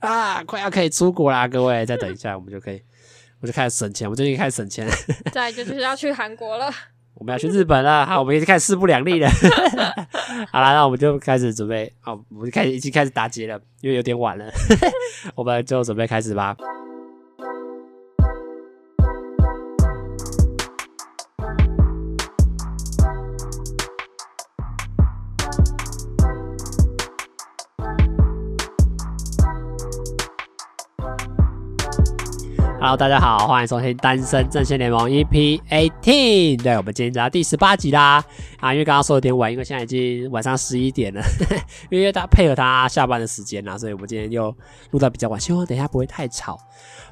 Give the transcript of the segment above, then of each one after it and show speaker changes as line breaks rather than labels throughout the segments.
啊，快要可以出国啦，各位，再等一下，我们就可以， 我就开始省钱，我最近开始省钱，
再来就是要去韩国了。
我们要去日本了， 好，我们已经开始势不两立了。 好啦，那我们就开始准备，好，我们就开始已经开始打结了，因为有点晚了， 我们就准备开始吧。Hello，大家好，欢迎收听《单身阵线联盟》EP eighteen。对，我们今天讲到第十八集啦。啊，因为刚刚说有点晚，因为现在已经晚上十一点了， 因为他配合他下班的时间啦，所以我们今天又录到比较晚，希望等一下不会太吵，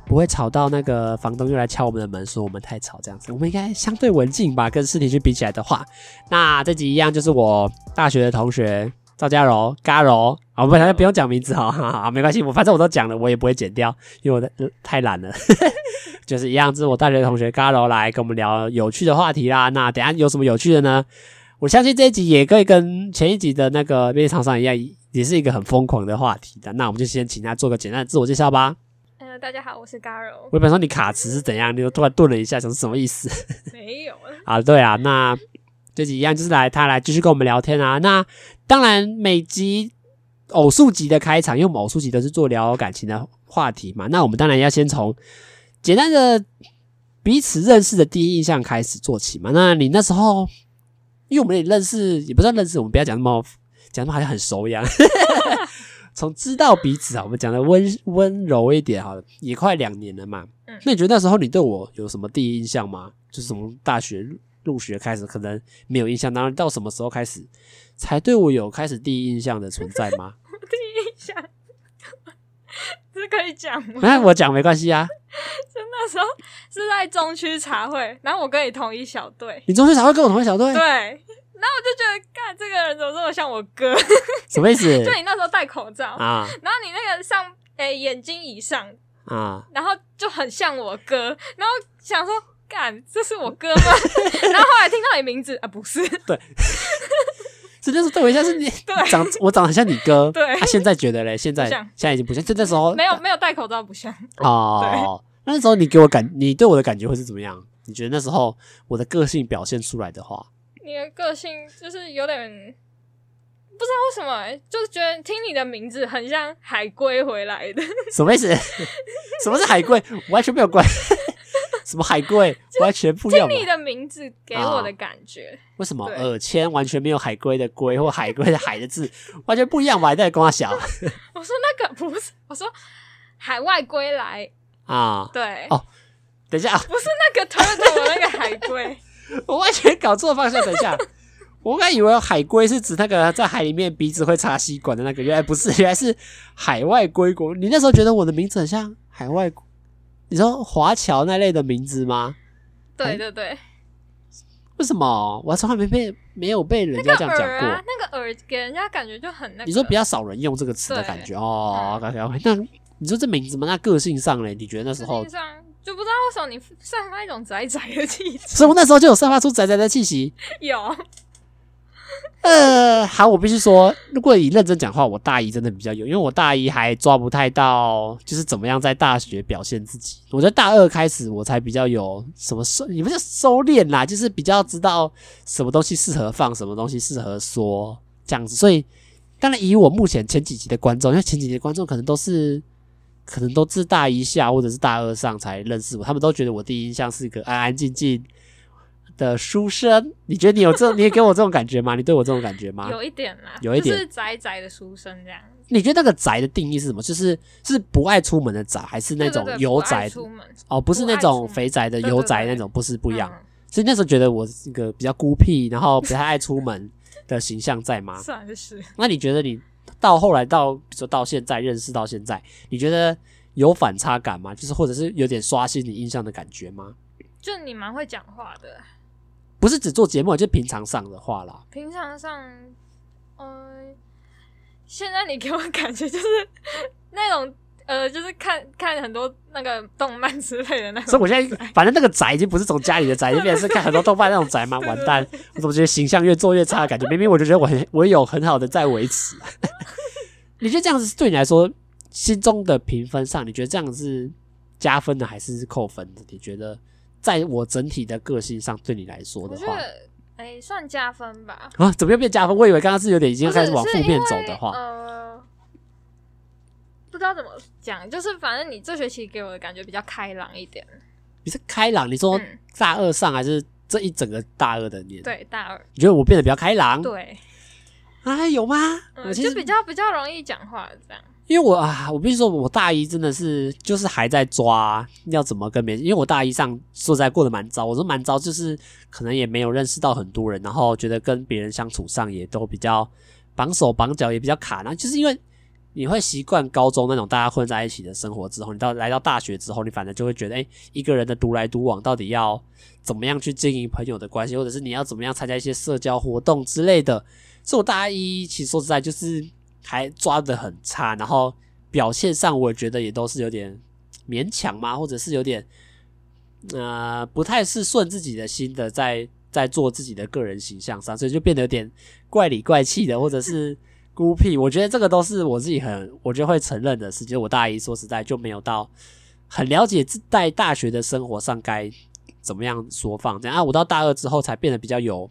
不会吵到那个房东又来敲我们的门说我们太吵这样子。我们应该相对文静吧，跟尸体去比起来的话，那这集一样就是我大学的同学。赵家柔、嘎柔，啊，我们反正不用讲名字哈，哈哈，没关系，我反正我都讲了，我也不会剪掉，因为我的、呃太懒了。就是一样，这是我大学同学嘎柔来跟我们聊有趣的话题啦。那等一下有什么有趣的呢？我相信这一集也可以跟前一集的那个便利厂商一样，也是一个很疯狂的话题的。那我们就先请他做个简单的自我介绍吧。
呃，大家好，我是 Garo。
我本说你卡词是怎样，你就突然顿了一下，想是什么意思？
没有了，
啊，对啊，那这集一样就是来他来继续跟我们聊天啊。那当然每集偶数集的开场，因为我们偶数集都是做聊感情的话题嘛，那我们当然要先从简单的彼此认识的第一印象开始做起嘛。那你那时候，因为我们也认识，也不算认识，我们不要讲那么讲那么好像很熟一样。 从知道彼此啊，我们讲的温温柔一点好了，也快两年了嘛。
嗯
那你觉得那时候你对我有什么第一印象吗？就是从大学入学开始，可能没有印象，然后到什么时候开始才对我有开始第一印象的存在 吗？
我第一印象， 这可以讲吗？
那哎我讲没关系啊，
就那时候是在中区茶会，然后我跟你同一小队，
你中学才会跟我同一小队
对，，然后我就觉得，干这个人怎么这么像我哥？
什么意思？
就你那时候戴口罩，
啊
然后你那个上诶、眼睛以上，
啊！
然后就很像我哥，然后想说。干，这是我哥吗？然后后来听到你名字啊，不是，
这就是对我印象是你
对
长，我长得很像你哥。
对
啊，现在觉得嘞，现在
不像
现在已经不像，就那时候
没有没有戴口罩不像。
哦，那时候你给我感，你对我的感觉会是怎么样？你觉得那时候我的个性表现出来的话，
你的个性就是有点不知道为什么欸、就是觉得听你的名字很像海归回来的，
什么意思？ 什么是海龟？完全没有关， 什么海龟完全不一样 啊
听
嘛。
你的名字给我的感觉，
为什么
对
耳签完全没有海龟的龟或海龟的海的字，完全不一样嘛？还在跟我小
我说那个不是，我说海外归来，
啊？
对，
哦等一下，
不是那个 turtle 那个海龟，
我完全搞错方向。等一下，我刚以为海龟是指那个在海里面鼻子会插吸管的那个，原来不是，原来是海外归国。你那时候觉得我的名字很像海外，你说华侨那类的名字吗？哎
对对对，
为什么我从来没被没有被人家
那
这
个
样讲
耳
过？
啊，那个耳给人家感觉就很那个，
你说比较少人用这个词的感觉哦，感觉那你说这名字吗？那个性上嘞，你觉得那时
实
候
际？上就不知道为什么你散发一种宅宅的气质，
所以我那时候就有散发出宅宅的气息。 啊
有
呃，好，我必须说，如果以认真讲话，我大一真的比较有，因为我大一还抓不太到，就是怎么样在大学表现自己。我在大二开始，我才比较有什么收，也不是收敛啦，就是比较知道什么东西适合放，什么东西适合说这样子。所以，当然以我目前前几集的观众，因为前几集的观众可能都是。可能都是大一下或者是大二上才认识我，他们都觉得我第一印象是一个安安静静的书生。你觉得你有这，你 也给我这种感觉吗？你对我这种感觉吗？
有一点啦，
有一点
就是宅宅的书生这样，
你觉得那个宅的定义是什么？就是是不爱出门的宅，还是那种
对对对
油
不爱
宅？
出门
哦，不是
不爱
那种
出
肥宅的
对
油
对
宅
对
那种，不是不一样。
嗯
所以那时候觉得我是一个比较孤僻，然后不太爱出门的形象在吗？
算是
那你觉得你到后来到，比如说到现在认识到现在，你觉得有反差感吗？就是或者是有点刷新你印象的感觉吗？
就你蛮会讲话的。
不是只做节目，就平常上的话啦。
平常上，嗯，现在你给我感觉就是 那种呃，就是看看很多那个动漫之类的那
所
种。
以我现在反正那个宅已经不是从家里的宅，就变成是看很多动漫那种宅嘛。完蛋，我怎么觉得形象越做越差的感觉？明明我就觉得我很我有很好的在维持。你觉得这样子对你来说心中的评分上，你觉得这样是加分的还是是扣分的？你觉得在我整体的个性上，对你来说
我
的
觉
话
得哎、算加分吧。
啊，怎么又变加分？我以为刚刚是有点已经
不
开
是
始往
是
负
因
面走
为
的话，
呃，不知道怎么讲，就是反正你这学期给我的感觉比较开朗一点。
你是开朗？你说
嗯，
大二上还是这一整个大二的年？，
对，大二，
你觉得我变得比较开朗？
对，
哎，有吗？
嗯，
嗯我其实
就比较比较容易讲话这样。
因为我啊，我必须说，我大一真的是就是还在抓要怎么跟别人，因为我大一上说实在过得蛮糟，我说蛮糟，就是可能也没有认识到很多人，然后觉得跟别人相处上也都比较绑手绑脚，也比较卡，然后就是因为你会习惯高中那种大家混在一起的生活之后，你到来到大学之后，你反正就会觉得，哎、一个人的独来独往到底要怎么样去经营朋友的关系，或者是你要怎么样参加一些社交活动之类的，所以我大一其实说实在就是还抓的很差，然后表现上我觉得也都是有点勉强嘛，或者是有点呃不太是顺自己的心的在在做自己的个人形象上，所以就变得有点怪里怪气的，或者是孤僻。我觉得这个都是我自己很我觉得会承认的事，就是我大一说实在就没有到很了解自在大学的生活上该怎么样说放这样啊，我到大二之后才变得比较有。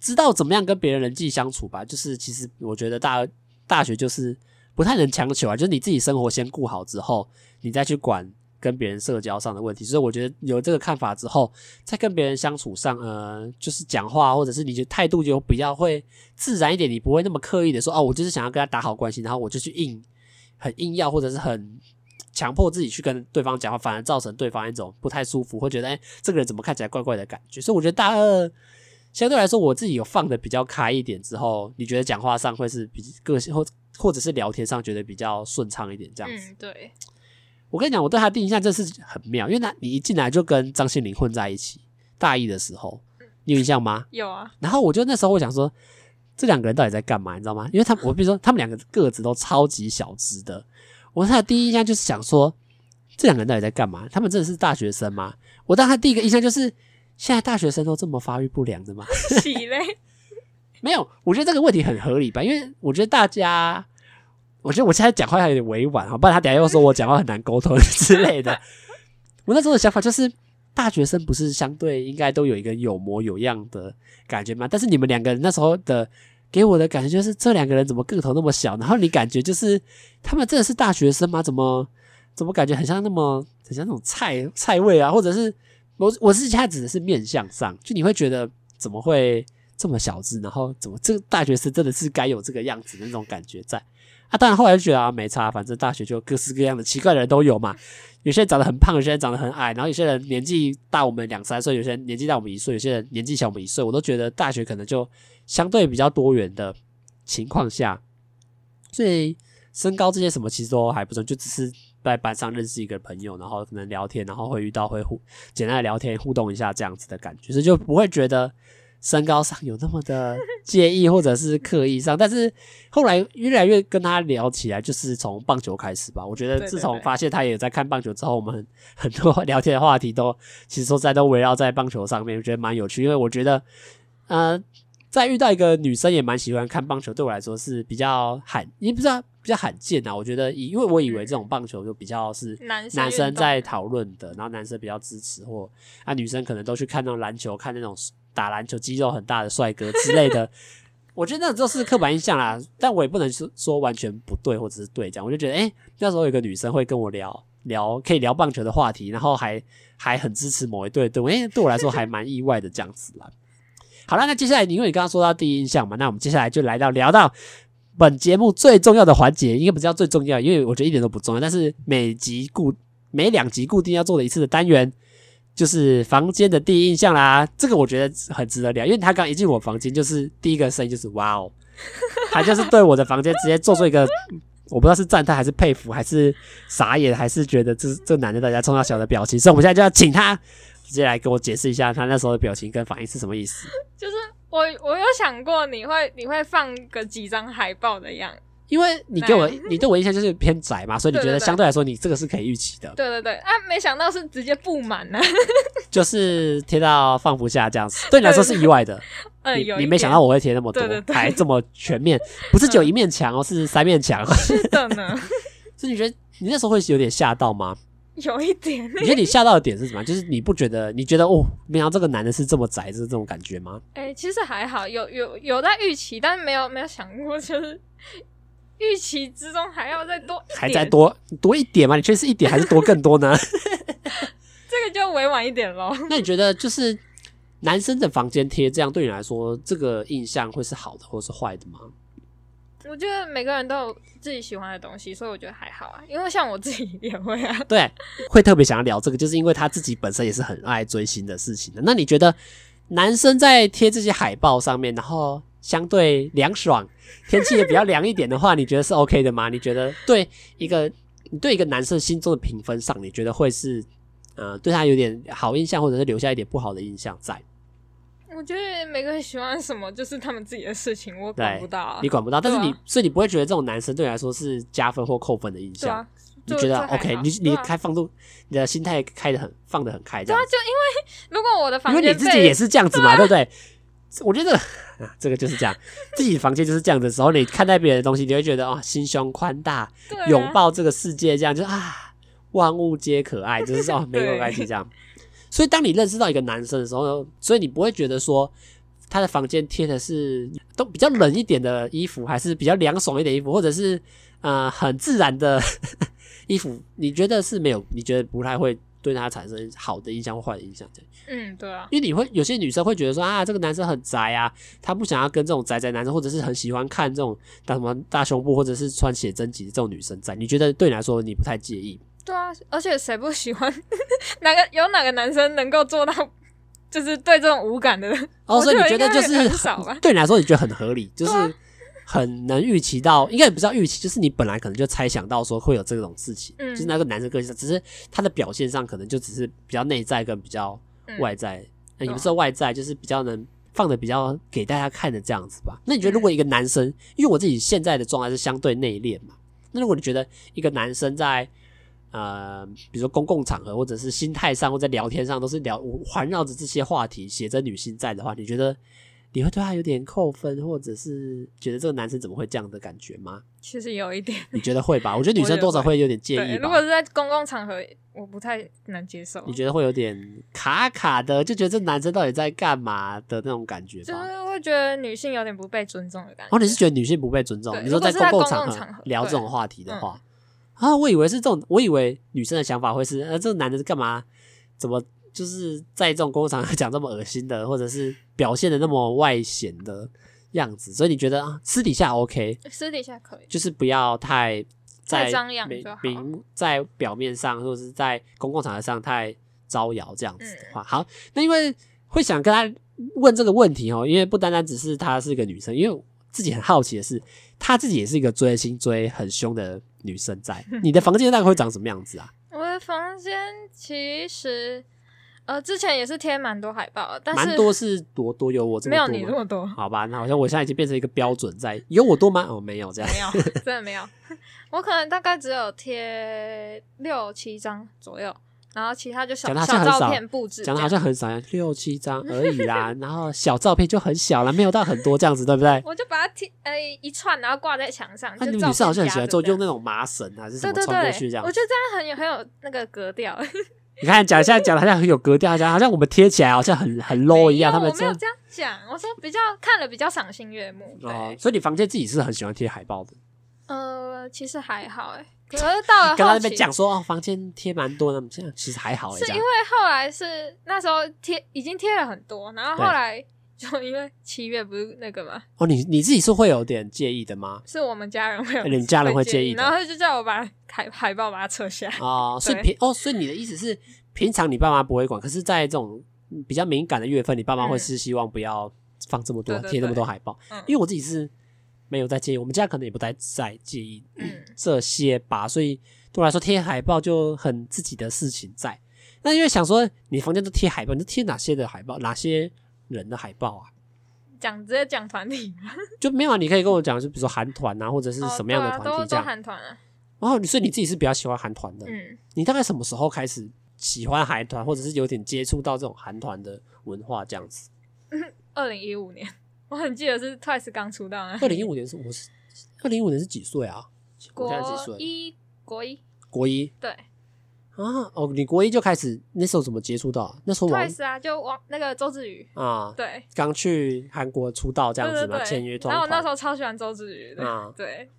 知道怎么样跟别人人际相处吧。就是其实我觉得大大学就是不太能强求啊，就是你自己生活先顾好之后，你再去管跟别人社交上的问题。所以我觉得有这个看法之后，在跟别人相处上，呃，就是讲话或者是你的态度就比较会自然一点，你不会那么刻意的说哦，我就是想要跟他打好关系，然后我就去硬很硬要或者是很。强迫自己去跟对方讲话，反而造成对方一种不太舒服，会觉得哎、这个人怎么看起来怪怪的感觉。所以我觉得大二相对来说，我自己有放的比较开一点之后，你觉得讲话上会是比个性或或者是聊天上觉得比较顺畅一点这样子？
嗯，对，
我跟你讲，我对他的印象真是很妙，因为他你一进来就跟张信林混在一起，大一的时候，你有印象吗？
有啊，
然后我就那时候我想说，这两个人到底在干嘛？你知道吗？因为他们我比如说他们两个个子都超级小只的，我他的第一印象就是想说，这两个人到底在干嘛？他们真的是大学生吗？我当他第一个印象就是，现在大学生都这么发育不良的吗？
喜嘞，
没有，我觉得这个问题很合理吧，因为我觉得大家，我觉得我现在讲话还有点委婉哈，不然他等下又说我讲话很难沟通之类的。我那时候的想法就是，大学生不是相对应该都有一个有模有样的感觉吗？但是你们两个人那时候的给我的感觉就是，这两个人怎么个头那么小？然后你感觉就是他们真的是大学生吗？怎么怎么感觉很像那么很像那种菜菜味啊？或者是我我是现在指的是面相上，就你会觉得怎么会这么小只？然后怎么这个大学生真的是该有这个样子的那种感觉在？啊，当然后来就觉得啊没差，反正大学就各式各样的奇怪的人都有嘛。有些人长得很胖，有些人长得很矮，然后有些人年纪大我们两三岁，有些人年纪大我们一岁，有些人年纪小我们一岁。我都觉得大学可能就相对比较多元的情况下，所以身高这些什么其实都还不重要，就只是在班上认识一个朋友，然后可能聊天，然后会遇到会互简单的聊天互动一下这样子的感觉，所以就不会觉得身高上有那么 的介意或者是刻意上。但是后来越来越跟他聊起来，就是从棒球开始吧。我觉得
对对
自从
对
发现他也有在看棒球之后，我们很多 聊天的话题都其实说实在都围绕在棒球上面，我觉得蛮有趣，因为我觉得呃再遇到一个女生也蛮喜欢看棒球，对我来说是比较罕，也不知道比较罕见啊。我觉得以，因为我以为这种棒球就比较是
男生
男
男
生在讨论的，然后男生比较支持或啊女生可能都去看那种篮球，看那种打篮球肌肉很大的帅哥之类 的。我觉得那都是刻板印象啦，但我也不能说说完全不对或者是对这样。我就觉得，诶，那时候有个女生会跟我聊聊，可以聊棒球的话题，然后还还很支持某一队的队伍，诶，对我来说还蛮意外的这样子啦。好了，那接下来因为你刚刚说到第一印象嘛，那我们接下来就来到聊到本节目最重要的环节，应该不叫最重要，因为我觉得一点都不重要，但是每集固每两集固定要做的一次的单元。就是房间的第一印象啦，这个我觉得很值得聊，因为他刚一进我房间，就是第一个声音就是哇哦，他就是对我的房间直接做出一个，我不知道是赞叹还是佩服，还是傻眼，还是觉得这这男的大家冲到小的表情，所以我们现在就要请他直接来给我解释一下他那时候的表情跟反应是什么意思。
就是我我有想过你会你会放个几张海报的样子，
因为你给我，你对我印象就是偏窄嘛，所以你觉得
对对对
相对来说，你这个是可以预期 的，
对对对啊，没想到是直接布满啊 了，
就是贴到放不下这样子，对你来说是意外的。
嗯，
你
有
你
一
没想到我会贴那么多，
对对对
还这么全面，不是只有一面墙哦，是三面墙哦。
点是的呢，
所以你觉得你那时候会有点吓到 吗？
有一点，
你觉得 你吓到的点是什么？就是你不觉得你觉得哦，没想到这个男的是这么宅，是这种感觉吗？
哎、其实还好，有有有在预期，但是没有没有想过，就是预期之中还要再多一点，
还再多多一点吗？你觉得是一点还是多更多 呢？
这个就委婉一点咯。
那你觉得就是男生的房间贴这样，对你来说这个印象会是好的或是坏的吗？
我觉得每个人都有自己喜欢的东西，所以我觉得还好啊。因为像我自己也会啊，
对，会特别想要聊这个，就是因为他自己本身也是很爱追星的事情的。那你觉得男生在贴这些海报上面，然后相对凉爽，天气也比较凉一点的话，你觉得是 OK 的吗？你觉得对一个 你对一个男生心中的评分上，你觉得会是呃对他有点好印象，或者是留下一点不好的印象在？
我觉得每个人喜欢什么就是他们自己的事情，我管不到啊。
你管不到，但是
对啊
你、所以你不会觉得这种男生对你来说是加分或扣分的印
对
象？
啊，
你
就
觉得
就还
OK？
好
你
对
你
啊
开放度，你的心态开的很放的很开，这
对啊，
样
就因为如果我的房
因为
间
你自己
被
也是这样子嘛，对不对？我觉得、啊、这个就是这样，自己房间就是这样子的时候，你看待别人的东西，你会觉得哦，心胸宽大，
对啊
拥抱这个世界，这样就啊，万物皆可爱，就是 哦，没有关系这样。所以当你认识到一个男生的时候，所以你不会觉得说他的房间贴的是都比较冷一点的衣服，还是比较凉爽一点的衣服，或者是呃很自然的 衣服，你觉得是没有，你觉得不太会对他产生好的印象或坏的印象这样。
嗯，对啊，
因为你会有些女生会觉得说啊，这个男生很宅啊，他不想要跟这种宅宅男生，或者是很喜欢看这种大什么大胸部，或者是穿写真集的这种女生在。你觉得对你来说你不太介意？
对啊，而且谁不喜欢？ 哪个有哪个男生能够做到，就是对这种无感的？
哦，
我
所以你
觉
觉得
应该
就是
很
很
少吧？
对你来说你觉得很合理，就是
对啊
很能预期到，应该也不叫预期，就是你本来可能就猜想到说会有这种事情，
嗯
就是那个男生个性，只是他的表现上可能就只是比较内在跟比较
嗯
外在，那也
懂
不是外在，就是比较能放的比较给大家看的这样子吧。那你觉得如
嗯
果一个男生，因为我自己现在的状态是相对内敛嘛，那如果你觉得一个男生在呃，比如说公共场合，或者是心态上，或者在聊天上，都是聊环绕着这些话题，写着女性在的话，你觉得你会对他有点扣分，或者是觉得这个男生怎么会这样的感觉 吗？
其实有一点。
你觉得会吧？我觉得女
我
生
也
多少会有点介
对，
意
如果
吧。
是在公共场合，我不太能接受。
你觉得会有点卡卡的，就觉得这男生到底在干嘛的那种感觉
就
吧？
是会觉得女性有点不被尊重的感觉。
哦，你是觉得女性不被尊重？
对
你说在
如果是在
共
公
场
共
合
场合
聊这
对嗯
种话题的话，啊，我以为是这种，我以为女生的想法会是，呃，这个男的是干嘛？怎么就是在这种公共场合讲这么恶心的，或者是表现的那么外显的样子？所以你觉得啊，私底下 OK，
私底下可以，
就是不要太在
太张扬
明
就好
明在表面上，或者是在公共场合上太招摇这样子的
嗯
话。好，那因为会想跟他问这个问题哦，因为不单单只是她是个女生，因为我自己很好奇的是，她自己也是一个追星追很凶的女生 在。你的房间大概会长什么样子啊？
我的房间其实，呃，之前也是贴蛮多海报的，但是
蛮多是多多有我这
没有
么
你
多
这
吗？
么多，
好吧，那好像我现在已经变成一个标准在，有我多吗？哦，没 有这样。
没有，真的没有。我可能大概只有贴六七张左右，然后其他就小
讲得好像
小
很少
照片布置这
讲
样，
的好像很少一样，六七张而已 啦，然后小照片就很小啦，没有到很多这样子，对不对？
我就把它贴呃一串，然后挂在墙上。
那
就
你
照
们女
片
生好像很
夹
喜欢
着
做
这样
用那种麻绳啊还是什
对
么
对
穿过去这
对，
样
我。觉得这样很有很有那个 格调。
你看讲现在讲的好像很有格调，讲好像我们贴起来好像很很 low 一样，他
没
们
有我没
真
有这样讲，我说比较看了比较赏心悦目。对，
哦，所以你房间自己是很喜欢贴海报的。
呃，其实还好哎、可是到 了
刚刚
后
那边
期，
讲说哦，房间贴蛮多的，那么这样其实还好哎，
是
这
因
样
为后来是那时候贴已经贴了很多，然后后来就因为七月不是那个嘛，
哦，你你自己是会有点介意的吗？
是我们家人会有，
哎你们家人会介
介
意的
然后就叫我把海海报把它撤下来。
哦，是
对
平哦，所以你的意思是平常你爸妈不会管，可是在这种嗯比较敏感的月份，你爸妈会
嗯
是希望不要放这么多
对对
贴那么
对
多海报，
嗯
因为我自己是没有在介意，我们家可能也不太在介意
嗯
这些吧，所以对我来说贴海报就很自己的事情在。那因为想说你房间都贴海报，你都贴哪些的海报，哪些人的海报啊？
讲直接讲团体，
就没有啊？你可以跟我讲，就比如说韩团啊，或者是
哦
什么样的
对啊
团体
都
这
都
样。
韩团啊，
然后你所以你自己是比较喜欢韩团的，
嗯，
你大概什么时候开始喜欢韩团，或者是有点接触到这种韩团的文化这样子？
嗯二零一五年，我很记得是 Twice 刚出道啊，
二零一五年是我是二零一五年是几岁啊？我现在几
国
岁？
一国一，
国一
对
啊，哦，你国一就开始，那时候怎么接触到啊？那时候网
，Twice 啊，就王那个周子瑜，
啊，
对，
刚去韩国出道这
对
样
对
子嘛，
对，
签约
然后我
状
那时
况，
候超喜欢周子瑜的，
啊
对，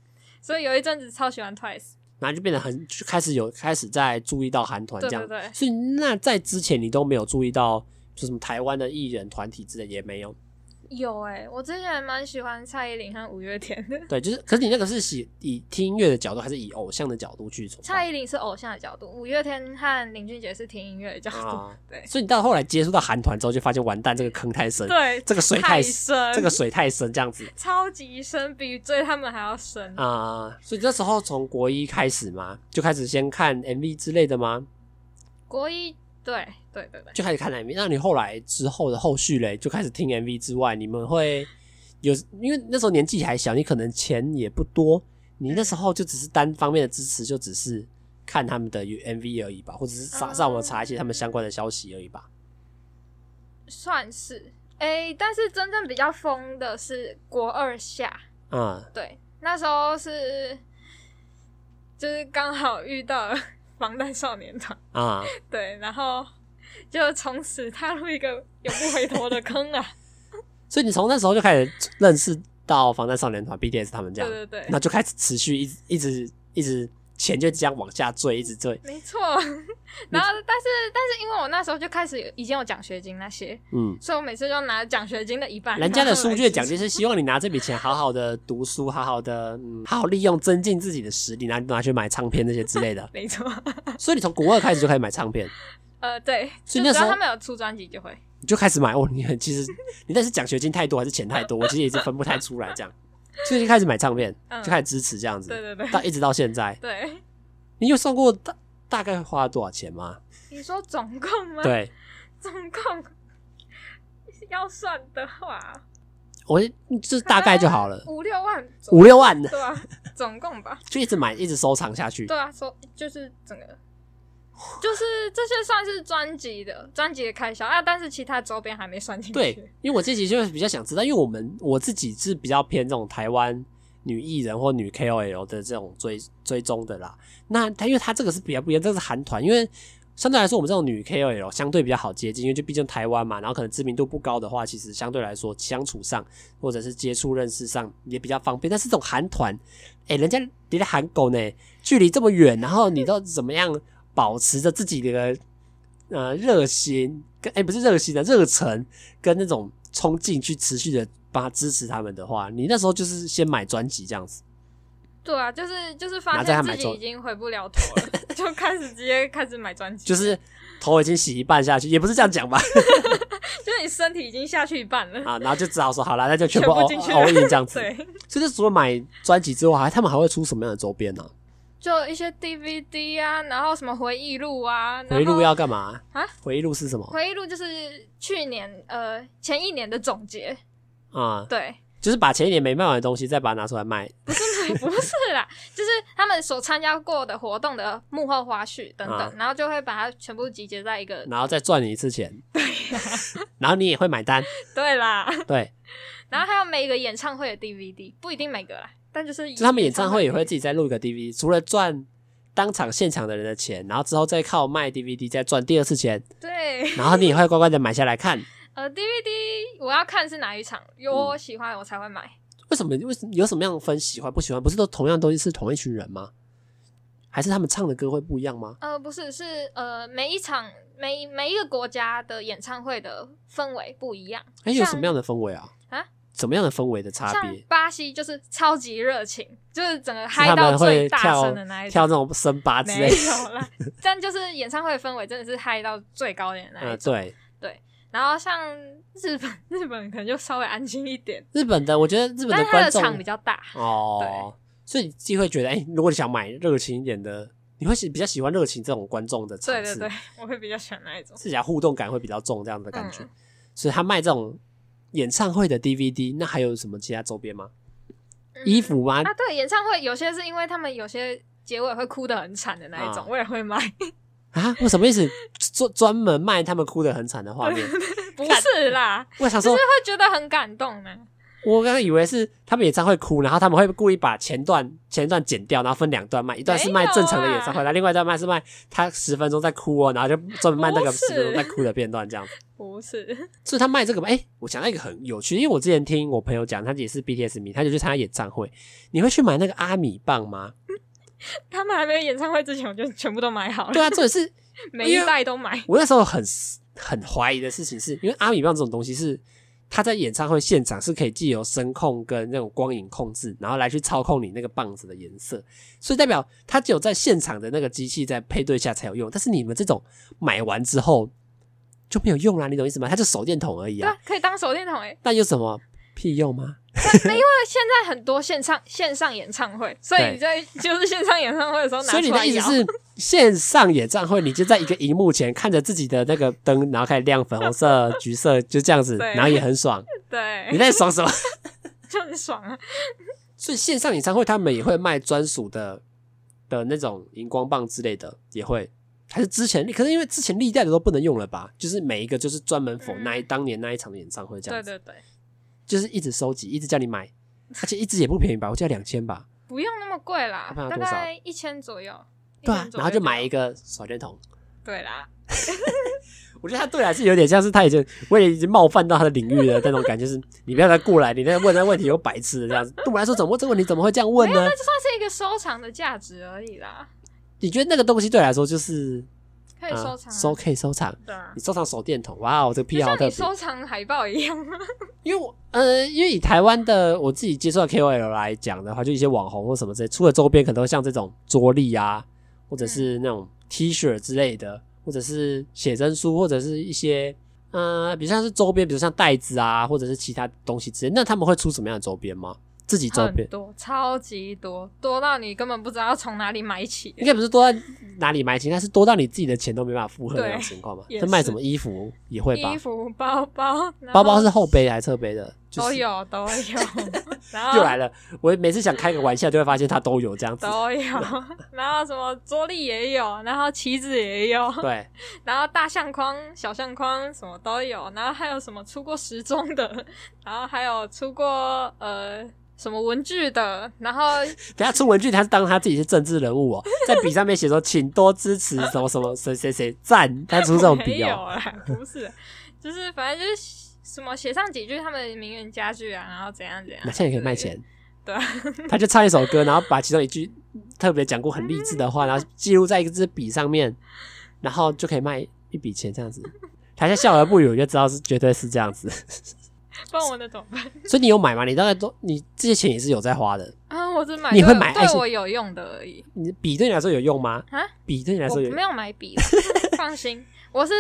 所以有一阵子超喜欢 Twice，
然后就变得很就开始有开始在注意到韩团
对
这
对
样。
对，
所以那在之前你都没有注意到，就什么台湾的艺人团体之类也没有。
有哎、我之前还蛮喜欢蔡依林和五月天的。
对，就是，可是你那个是喜以听音乐的角度，还是以偶像的角度去崇
蔡
拜
依林是偶像的角度，五月天和林俊杰是听音乐的角度。
啊？
对
所以你到后来接触到韩团之后，就发现完蛋，这个坑太深，
对，
这个水
太
太
深，
这个水太深，这样子
超级深，比追他们还要深。
啊、所以那时候从国一开始嘛，就开始先看 MV 之类的吗？
国一，对对对对，
就开始看 MV。那你后来之后的后续嘞，就开始听 MV 之外，你们会有因为那时候年纪还小，你可能钱也不多，你那时候就只是单方面的支持，就只是看他们的 MV 而已吧，或者是上
嗯
上网查一些他们相关的消息而已吧。
算是诶、但是真正比较疯的是国二下，
啊、
对，那时候是就是刚好遇到了防弹少年团，
啊、
对，然后就从此踏入一个永不回头的坑啊！
所以你从那时候就开始认识到防弹少年团 BTS 他 们这
对
样，
对对，
那就开始持续一直一直一直钱就这样往下坠，一直坠，
没错。然后，但是但是因为我那时候就开始有已经有奖学金那些，
嗯。
所以我每次就拿奖学金的一半。
人家的
然后
书
来
卷
支
奖
持。
金是希望你拿这笔钱好好的读书，好好的，嗯，好好利用，增进自己的实力，拿拿去买唱片那些之类的
没错，
所以你从国二开始就开始买唱片，
呃，对，
所以
就只
那
要
时候
他们有出专辑就会。
你就开始买。哦，你很其实你那是奖学金太多还是钱太多，我其实也是分不太出来这样。所以就开始买唱片，
嗯
就开始支持这样
对
子，
对对
到一直到现在。
对，
你有算过大大概花了多少钱吗？
你说总共吗？，
对，
总共要算的话，
我这大概就好了，
五六万左右，
呃五六万
对啊，总共吧，
就一直买，一直收藏下去
对。啊，说就是整个。就是这些算是专辑的专辑的开销啊，但是其他周边还没算进去。
对，因为我这集就是比较想知道，因为我们我自己是比较偏这种台湾女艺人或女 KOL 的这种追追踪的啦。那他因为他这个是比较不一样，这个是韩团，因为相对来说我们这种女 KOL 相对比较好接近，因为就毕竟台湾嘛，然后可能知名度不高的话，其实相对来说相处上或者是接触认识上也比较方便。但是这种韩团，哎、人家离在韩国呢，距离这么远，然后你都怎么样保持着自己的呃热心跟哎、不是热心的热忱跟那种冲劲去持续的帮他支持他们的话，你那时候就是先买专辑这样子，
对啊，就是就是
拿
发
在他
现
买
自己
周
已经回不了头了，就开始直接开始买专辑，
就是头已经洗一半下去，也不是这样讲吧？
就是你身体已经下去一半了，
啊，然后就只好说好啦，那就全
全
部 all
进去了
all。in 这样子。
对，
所以，就除了买专辑之外，还他们还会出什么样的周边呢、
就一些 DVD 啊，然后什么回忆录啊，然后
回忆录要干嘛
啊？
回忆录是什么
回忆录就是去年呃前一年的总结，
啊？
对，
就是把前一年没卖完的东西再把它拿出来卖
不是啦，就是他们所参加过的活动的幕后花絮等等，
啊
然后就会把它全部集结在一个。
然后再赚你一次钱， 然后你也会买单，
对啦，
对，
然后还有每个演唱会的 DVD，不一定每个啦，但就是
就他们演唱会也会自己再录一个 DVD，除了赚当场现场的人的钱，然后之后再靠卖 DVD 再赚第二次钱，
对。
然后你也会乖乖的买下来看。
呃，DVD 我要看是哪一场，有我喜欢我才会买。
为什么？为什有什么样分喜欢不喜欢？不是都同样东西是同一群人吗？还是他们唱的歌会不一样吗？
呃，不是，是呃，每一场每一每一个国家的演唱会的氛围不一样。
哎、有
像
什么样的氛围啊？
啊，
什么样的氛围的差
像
别？
巴西就是超级热情，就是整个
是
嗨
他
到
们会
最大
跳
声的那一
跳
种。
那种森巴之
没
类的，
有啦，但就是演唱会氛围真的是嗨到最高点的那
呃，
一种。
对，
然后像日本， 日本可能就稍微安静一点，
日本的，我觉得日本
但是它
观
的
众
场比较大。
哦，所以你自己会觉得，哎、如果你想买热情一点的，你会喜比较喜欢热情这种观众的场
对对
次，
对，我会比较喜欢那一种。
自己互动感会比较重这样的感觉。
嗯
所以他卖这种演唱会的 DVD，那还有什么其他周边吗？
嗯
衣服吗？
啊，对，演唱会有些是因为他们有些结尾会哭得很惨的那一种，
啊
我也 会买。
啊，我什么意思？专专门卖他们哭得很惨的画面？
不是啦，
我想
就
说
是，会觉得很感动呢、啊
我刚刚以为是他们演唱会哭，然后他们会故意把前段前段剪掉，然后分两段卖，一段是卖正常的演唱会，
没有啊
然后另外一段卖是卖他十分钟在哭哦，然后就专门卖那个
不是
十分钟在哭的片段这样子。
不是，
所以他卖这个吧，哎、我想到一个很有趣，因为我之前听我朋友讲，他也是 BTS 迷，他就去参加演唱会。你会去买那个阿米棒吗？
他们还没有演唱会之前，我就全部都买好了，
对啊，这也是
每一代都买。
我那时候很很怀疑的事情是，因为阿米棒这种东西是它在演唱会现场是可以借由声控跟那种光影控制，然后来去操控你那个棒子的颜色，所以代表它只有在现场的那个机器在配对下才有用。但是你们这种买完之后就没有用啦，你懂意思吗？它就手电筒而已
对
啊
啊，，可以当手电筒 诶、
那有什么屁用吗？
那现在很多线上线上演唱会，所以
对
你在就是线上演唱会的时候拿
所以你
出来
的意
摇
思，是，线上演唱会你就在一个荧幕前看着自己的那个灯，然后开始亮粉红色、 橘色，就这样子，
对
然后也很 爽。你
对，
在爽什么？
就很爽啊。
所以线上演唱会他们也会卖专属的的那种荧光棒之类的，也会。还是之前，可是因为之前历代的都不能用了吧？就是每一个就是专门否
嗯
那一当年那一场的演唱会这
对
样子，
对对，
就是一直收集，一直叫你买，而且一直也不便宜吧？我记得两千吧，
不用那么贵啦，
那
大
多少
概一千左右。
对啊
1000，左
然
右
后就买一
有。
个手电筒。
对啦，
我觉得他对来是有点像是他已经我也已经冒犯到他的领域了那种感觉，就是你不要再过来，你在问那问题有白痴的这样子。对我来说，怎么这个问题怎么会这样问
没有，啊
呢
那？就算是一个收藏的价值而已啦，
你觉得那个东西对来说就是
可以收
啊、
藏、啊
收可以收藏，
对啊
你，收藏手电筒，哇哦，这个
就
癖好
像
特
你
别。
收藏海报一样。
因为我呃，因为以台湾的我自己接触的 KOL 来讲的话，就一些网红或什么之类，出了周边可能都像这种桌历啊，或者是那种 T 恤之类的，或者是写真书，或者是一些呃，比如像是周边，比如像袋子啊，或者是其他东西之类。那他们会出什么样的周边吗？自己周
很
边
多，超级多，多到你根本不知道从哪里买起。
应该不是多到哪里买钱，应该是多到你自己的钱都没办法负荷的那种
对
情况嘛。
也
这卖
是
什么衣服也会吧
衣？服、包包、然后
包包是后背还是侧背的？就是、
都有都有， 然后
又来了，我每次想开个玩笑，就会发现他都有这样子。
都有，然后什么桌历也有，然后旗子也有，
对，
然后大相框、小相框什么都有，然后还有什么出过时钟的， 然后还有出过呃什么文具的，然后
等下出文具，他是当他自己是政治人物哦，在笔上面写说请多支持什么什么谁谁谁 赞，他出这种
没
笔
有
哦，
啦， 不是，就是反正就是什么写上几句他们的名言佳句啊，然后怎样怎样，
那现在也可以卖钱。
对啊，
他就唱一首歌，然后把其中一句特别讲过很励志的话，然后记录在一支笔上面，然后就可以卖一笔钱这样子。台下笑而不语，我就知道是绝对是这样子。
不然我能怎么办？
所以你有买吗？你大概都你这些钱也是有在花的。
啊，我只买
你会
对我
买爱
对
心
我有用的而已
你笔对你来说有用吗？
啊，
笔对你来
我
说有
没有买 笔，放心，我是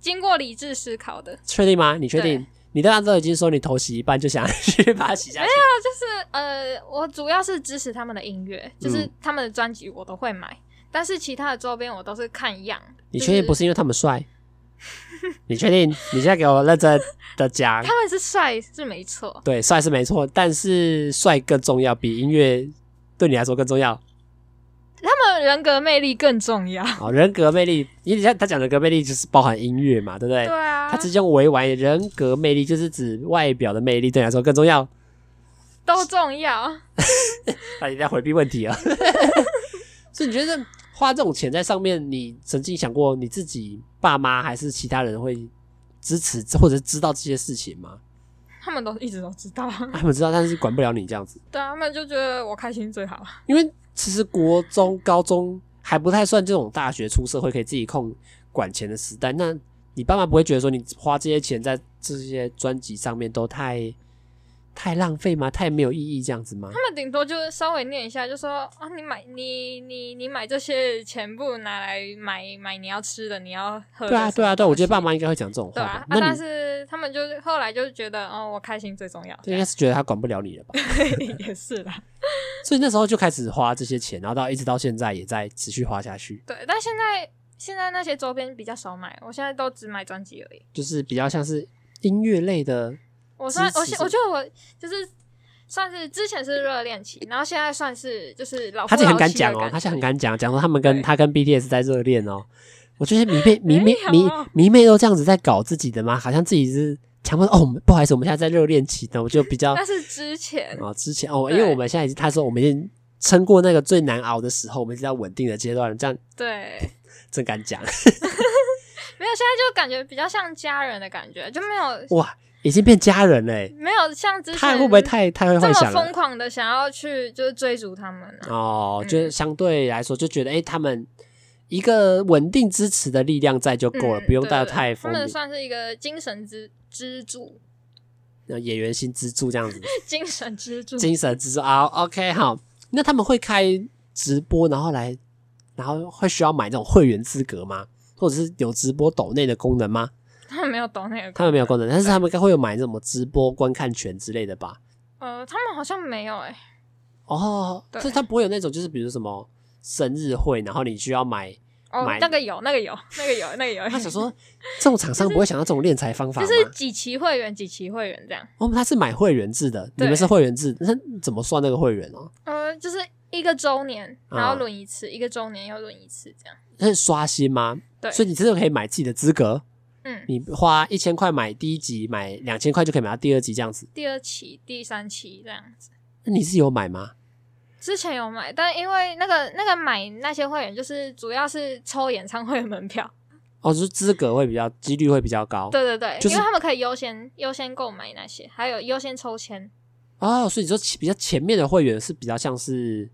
经过理智思考的。
确定吗？你确
对
定？你刚刚都已经说你头洗一半就想要去把它洗下去，
那就是呃，我主要是支持他们的音乐，就是
嗯
他们的专辑我都会买，但是其他的周边我都是看样。
你
就
确定不是因为他们帅？你确定？你现在给我认真的讲，
他们是帅是没错，
对，帅是没错，但是帅更重要，比音乐对你来说更重 要。
他们人格魅力更重要。
好，哦人格魅力，因为他他讲人格魅力就是包含音乐嘛，对不对？
对啊
哎他，只用委婉，人格魅力就是指外表的魅力对你来说更重要。
都重要。
那你在回避问题啊？ 所以你觉得花这种钱在上面，你曾经想过你自己爸妈还是其他人会支持或者是知道这些事情吗？
他们都一直都知道，
啊他们知道，但是管不了你这样子。
对啊，他们就觉得我开心最好。
因为其实国中、高中还不太算这种大学出社会可以自己控管钱的时代，那你爸妈不会觉得说你花这些钱在这些专辑上面都太太浪费吗？太没有意义这样子吗？
他们顶多就是稍微念一下，就说啊，你买你你你买这些钱不如拿来买买你要吃的，你要喝的。
对啊，对啊，对啊，我觉得爸
妈。
妈应该会讲这种话
对
吧。
啊，啊
那
但
你
是他们就是后来就是觉得，哦，我开心最重要，
这应该是觉得他管不了你了吧？
也是啦。
所以那时候就开始花这些钱，然后到一直到现在也在持续花下去，
对，但现在现在那些周边比较少买，我现在都只买专辑而已。
就是比较像是音乐类的。
我算
支持
我现
是
我觉得我就是算是之前是热恋期，然后现在算是就是老夫
他自己很
老
敢
妻的
讲
感
哦，他是
觉
很敢讲，讲说他们跟
对
他跟 BTS 在热恋哦。我觉得迷妹迷妹
没
迷
有
迷妹都这样子在搞自己的吗？好像自己是强迫说哦，我们不好意思，我们现在在热恋期呢，我就比较
那是之前，
哦，之前哦，因
对
为我们现在已经他说我们已经撑过那个最难熬的时候，我们已经到稳定的阶段了，这样
对，
真敢讲
没有，现在就感觉比较像家人的感觉，就没有
哇，已经变家人了欸，
没有像之前
他会不会太太会
这
幻
么
想了
疯？狂的想要去就是追逐他们啊呢、
哦，
嗯
就是相对来说就觉得哎、诶他们一个稳定支持的力量在就够了，
嗯
不用到
对
太
他
疯
们
狂。
算是一个精神支支柱，
那呃演员新支柱这样子，
精神支柱。
精神支柱啊。OK，好，那他们会开直播，然后来，然后会需要买这种会员资格吗？或者是有直播抖内的功能吗？
他们没有懂那个，
他们没有功能，但是他们应该会有买什么直播观看权之类的吧？
呃，他们好像没有哎、
哦，
对
所以他不会有那种就是比如什么生日会，然后你需要买。
哦
买，
那个有，那个有，那个有，那个有。
他想说，这种厂商不会想到这种敛财方法
就
吗？
是几期会员，几期会员这样。
哦，他是买会员制的，你
对
们是会员制，那怎么算那个会员哦？
呃，就是一个周年，
啊
然后轮一次，一个周年又轮一次这样。
那是刷新吗？
对
所以你真的可以买自己的资格，
嗯，
你花一千块买第一集，买两千块就可以买到第二集这样子。
第二期、第三期这样子。
那你是有买吗？
之前有买，但因为那个那个买那些会员，就是主要是抽演唱会的门票。
哦，就是资格会比较几率会比较高。
对对对，
哦就是
因为他们可以优先优先购买那些，还有优先抽签。
哦，所以你说前比较前面的会员是比较像是，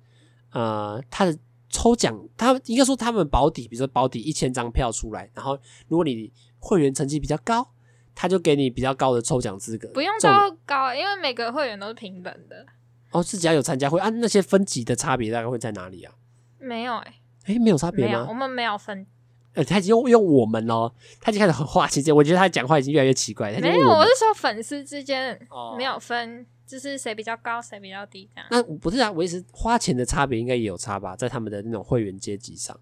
呃，他的抽奖，他应该说他们保底，比如说保底一千张票出来，然后如果你会员成绩比较高，他就给你比较高的抽奖资格。
不用
这种
到高，因为每个会员都是平等的。
哦，是只要有参加会啊，那些分级的差别大概会在哪里啊？
没有哎、
诶，没有差别
没有，我
吗？
们没有分
呃，他已经用用我们咯，他已经开始很划清界，我觉得他讲话已经越来越奇怪。他已经
没
用
有，
我
我
们
是说粉丝之间
哦
没有分，就是谁比较高，谁比较低这样。
那不是啊，我意思花钱的差别应该也有差吧，在他们的那种会员阶级上，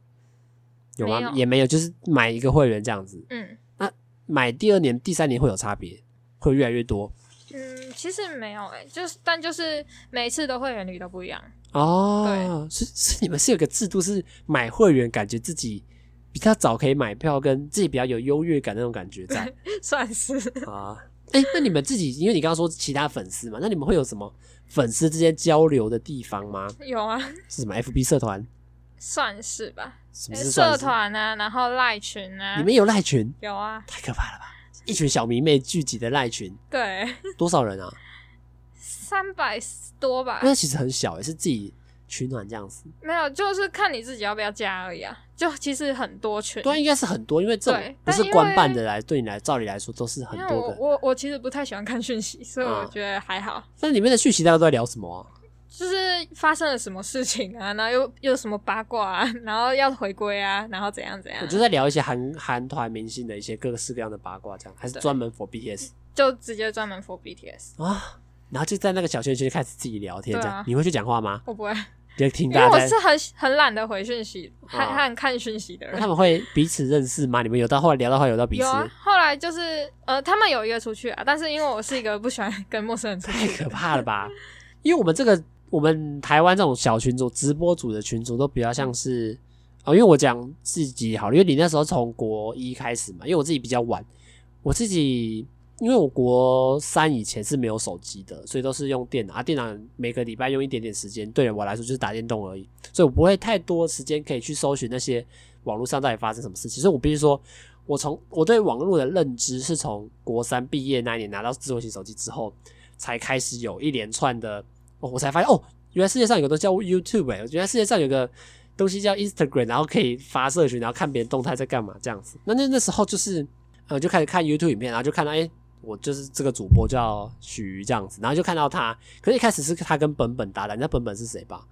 有吗？
没有
也没有，就是买一个会员这样子。
嗯
买第二年、第三年会有差别，会越来越多
嗯，其实没有哎、就是但就是每次的会员率都不一样。
哦。是是，你们是有个制度是买会员，感觉自己比较早可以买票，跟自己比较有优越感那种感觉 在
算是
啊。哎、那你们自己，因为你刚刚说其他粉丝嘛，那你们会有什么粉丝之间交流的地方吗？
有啊，
是什么 FB 社团？
算是吧。
什么是算
社
是？
团啊，然后赖群啊，
你们有赖群？
有啊？
太可怕了吧！一群小迷妹聚集的赖群，
对，
多少人啊？
三百多吧，
那其实很小、欸，是自己取暖这样子。
没有，就是看你自己要不要加而已啊。就其实很多群，
对啊，应该是很多，因为这种
对
不是
但因为
官办的来，对你来，照理来说都是很
因为
多
我
的。
我我其实不太喜欢看讯息，所以我
嗯
觉得还好。
那里面的讯息大家都在聊什么啊？
嗯就是发生了什么事情啊， 然后又又什么八卦啊， 然后要回归啊，然后怎样怎样
我，就在聊一些韩韩团明星的一些各式各样的八卦，这样还是
对
专门 for BTS
就直接专门 for BTS。
啊？然后就在那个小圈圈开始自己聊天，这
对
样
啊
你会去讲话吗？
我不 会，
就听
因为
大
我
家在
是，很很懒得回讯息，和
啊
和看讯息的
那
人
他。们会彼此认识吗？你们有到后来聊到后来有到彼此
有，啊，后来就是呃，他们有约出去啊，但是因为我是一个不喜欢跟陌生人出
太
去
可
的，
怕了吧？因为我们这个我们台湾这种小群组、直播组的群组都比较像是哦，因为我讲自己好了，因为你那时候从国一开始嘛，因为我自己比较晚，我自己因为我国三以前是没有手机的，所以都是用电脑啊，电脑每个礼拜用一点点时间，对我来说就是打电动而已，所以我不会太多时间可以去搜寻那些网络上到底发生什么事情，所以我必须说。我从我对网络的认知是从国三毕业那一年拿到智慧型手机之后，才开始有一连串的，哦、我才发现哦，原来世界上有个东西叫 YouTube 哎、原来世界上有个东西叫 Instagram，然后可以发社群，然后看别人动态在干嘛这样子。那那那时候就是，呃，就开始看 YouTube 影片，然后就看到哎、我就是这个主播叫许这样子，然后就看到他，可是一开始是他跟本本搭档，你知道本本是谁 吧？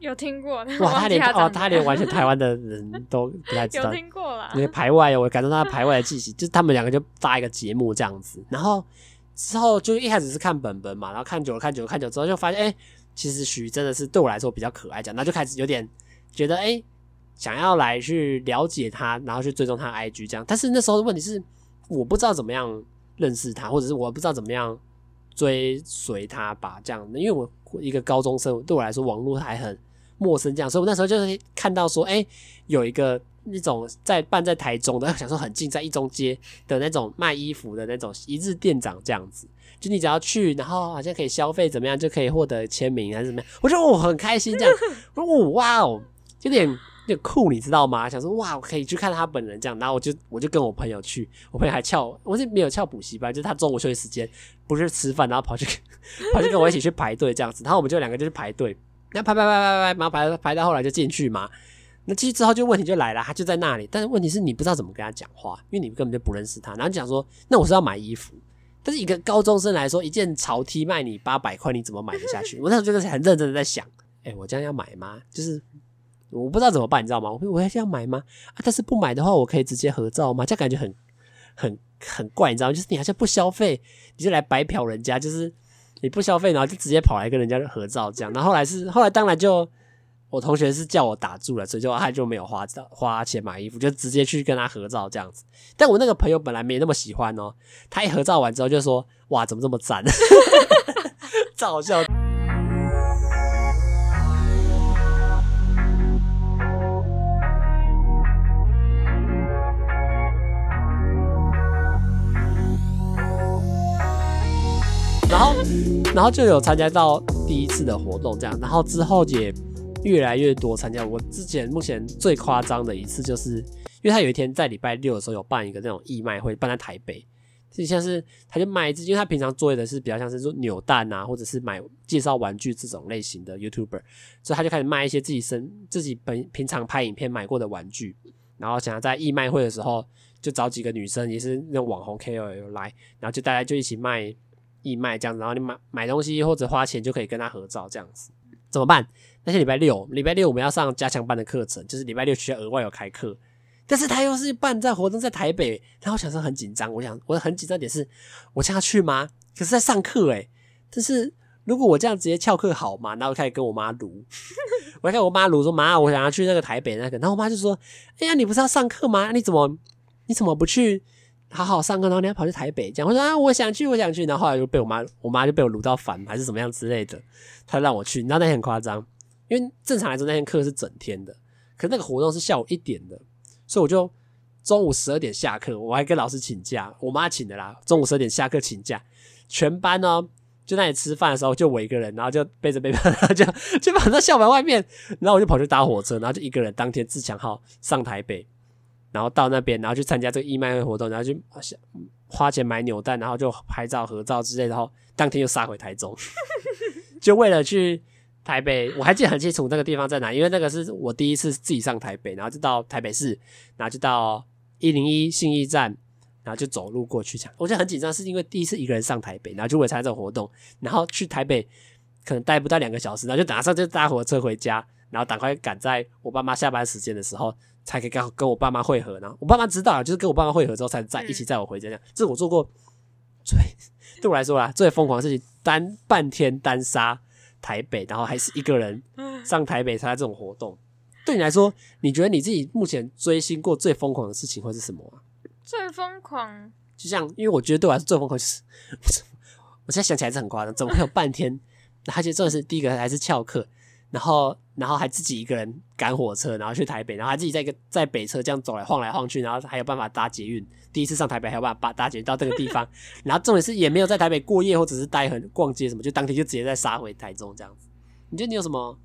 有听过，但
哇，
忘
他
记
连
他
哦，
长
他
怎
连
样
完全台湾的人都不太知道
有，听过啦
那，个排外，啊我感受到他排外的气息，就是他们两个就搭一个节目这样子，然后之后就一开始是看本本嘛，然后看久了看久了看久了之后就发现，哎、其实许真的是对我来说比较可爱，这样，那就开始有点觉得，哎、想要来去了解他，然后去追踪他的 IG 这样，但是那时候的问题是，我不知道怎么样认识他，或者是我不知道怎么样追随他吧，这样，因为我一个高中生，对我来说网络还很陌生，这样，所以我那时候就是看到说，哎、有一个那种在办在台中的，想说很近，在一中街的那种卖衣服的那种一日店长这样子，就你只要去，然后好像可以消费怎么样，就可以获得签名还啊是怎么样，我觉得我很开心这样，我说哦哇哦，有点有点酷，你知道吗？想说哇，我可以去看他本人这样，然后我就我就跟我朋友去，我朋友还翘我，我是没有翘补习班，就是他中午休息时间不是吃饭，然后跑去 跑去跟我一起去排队这样子，然后我们就两个就去排队，那排排排排排，然后排排到后来就进去嘛。那进去之后就问题就来了，他就在那里，但是问题是你不知道怎么跟他讲话，因为你根本就不认识他。然后你讲说，那我是要买衣服，但是一个高中生来说，一件潮 T 卖你八百块，你怎么买得下去？我那时候就是很认真的在想，哎、我这样要买吗？就是我不知道怎么办，你知道吗？我我要这样买吗？啊，但是不买的话，我可以直接合照吗？这样感觉很很很怪，你知道吗？就是你好像不消费，你就来白嫖人家，就是你不消费，然后就直接跑来跟人家合照这样。然后后来是后来当然就我同学是叫我打住了，所以就他就没有花花钱买衣服，就直接去跟他合照这样子。但我那个朋友本来没那么喜欢哦，他一合照完之后就说：“哇，怎么这么赞？” 照笑然后，然后就有参加到第一次的活动，这样，然后之后也越来越多参加。我之前目前最夸张的一次，就是因为他有一天在礼拜六的时候有办一个那种义卖会，办在台北，就像是他就卖一只，因为他平常做的是比较像是说扭蛋啊，或者是买介绍玩具这种类型的 YouTuber，所以他就开始卖一些自己身自己本平常拍影片买过的玩具，然后想要在义卖会的时候就找几个女生，也是那种网红 KOL 来，然后就大家就一起卖义卖这样子，然后你买买东西或者花钱就可以跟他合照这样子，怎么办？那天礼拜六，礼拜六我们要上加强班的课程，就是礼拜六学校额外有开课，但是他又是办在活动在台北，然后我想说很紧张，我想我很紧张点是，我这样去吗？可是在上课诶、但是如果我这样直接翘课好吗？然后开始跟我妈撸，我还跟我妈撸说妈，我想要去那个台北那个，然后我妈就说，哎呀，你不是要上课吗？啊你怎么你怎么不去好好上课，然后你要跑去台北这样？我说啊，我想去，我想去，然后后来就被我妈我妈就被我撸到烦，还是怎么样之类的，她让我去，你知道那天很夸张。因为正常来说那天课是整天的，可那个活动是下午一点的，所以我就中午十二点下课，我还跟老师请假，我妈请的啦。中午十二点下课请假，全班呢、就那里吃饭的时候，就我一个人，然后就背着背包，然后就就跑到校门外面，然后我就跑去搭火车，然后就一个人当天自强号上台北，然后到那边，然后去参加这个义卖会活动，然后去花钱买扭蛋，然后就拍照合照之类的，然后当天又杀回台中， 就为了去台北，我还记得很清楚那个地方在哪，因为那个是我第一次自己上台北，然后就到台北市，然后就到一零一信义站，然后就走路过去这样。我就很紧张，是因为第一次一个人上台北，然后就为了参加这种活动，然后去台北可能待不到两个小时，然后就马上就搭火车回家，然后赶快赶在我爸妈下班时间的时候，才可以刚好跟我爸妈会合。然后我爸妈知道啊了，就是跟我爸妈会合之后，才在一起载我回家这样。这是我做过最 对我来说啦啊最疯狂的事情，单半天单杀台北，然后还是一个人
嗯
上台北参加这种活动。对你来说，你觉得你自己目前追星过最疯狂的事情会是什么啊？
最疯狂，
就像，因为我觉得对我来说最疯狂就是我现在想起来是很夸张，怎么会有半天？而且重点是第一个还是翘课，然后然后还自己一个人赶火车，然后去台北，然后还自己在一个在北车这样走来晃来晃去，然后还有办法搭捷运。第一次上台北还有办法搭搭捷运到这个地方， 然后重点是也没有在台北过夜或者是待很逛街什么，就当天就直接再杀回台中这样子。你觉得你有什么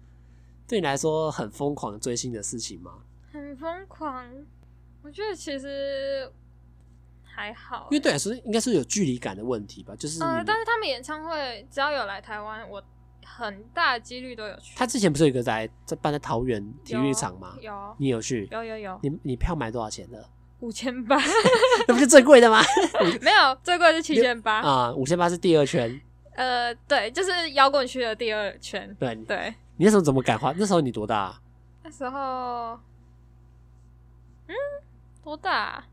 对你来说很疯狂的追星的事情吗？
很疯狂。我觉得其实还好
因、为对你来说应该是有距离感的问题吧，就是你
呃，但是他们演唱会只要有来台湾，我很大几率都有去。
他之前不是有一个在在办在桃园体育场吗？
有
你有去？
有有有，
你你票买多少钱 的？
五千 八
那不是最贵的吗？
没有，最贵是七千八。
啊，五千八是第二圈。
呃，对，就是摇滚区的第二圈。
对，你
对，
那时候怎么敢花？那时候你多大啊？
那时候，嗯，多大啊？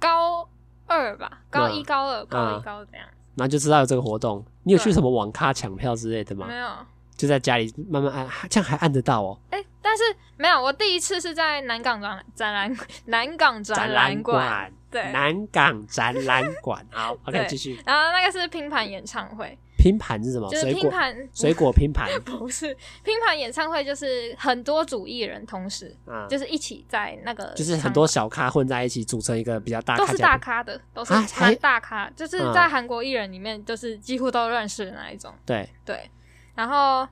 高二吧，高一、
嗯
高二、高
嗯
一、高二这样。
然后就知道有这个活动，你有去
对
什么网咖抢票之类的吗
没？有，
就在家里慢慢按，这样还按得到哦。
哎、但是没有，我第一次是在南港展览展览南港展
览
览馆，，对，
南港展览馆。好
对
，OK，继续。
然后那个是拼盘演唱会，
拼盘是什么？
就是
哦水
拼
果
盘，
水果拼 盘
不是拼盘演唱会，就是很多主艺人同时
啊，
就是一起在那个，
就是很多小咖混在一起组成一个比较大
都
咖
是
奖
大
品
咖的，都是
啊还
蛮大咖，就是
嗯
在韩国艺人里面，就是几乎都认识的那一种。
对，
对，然后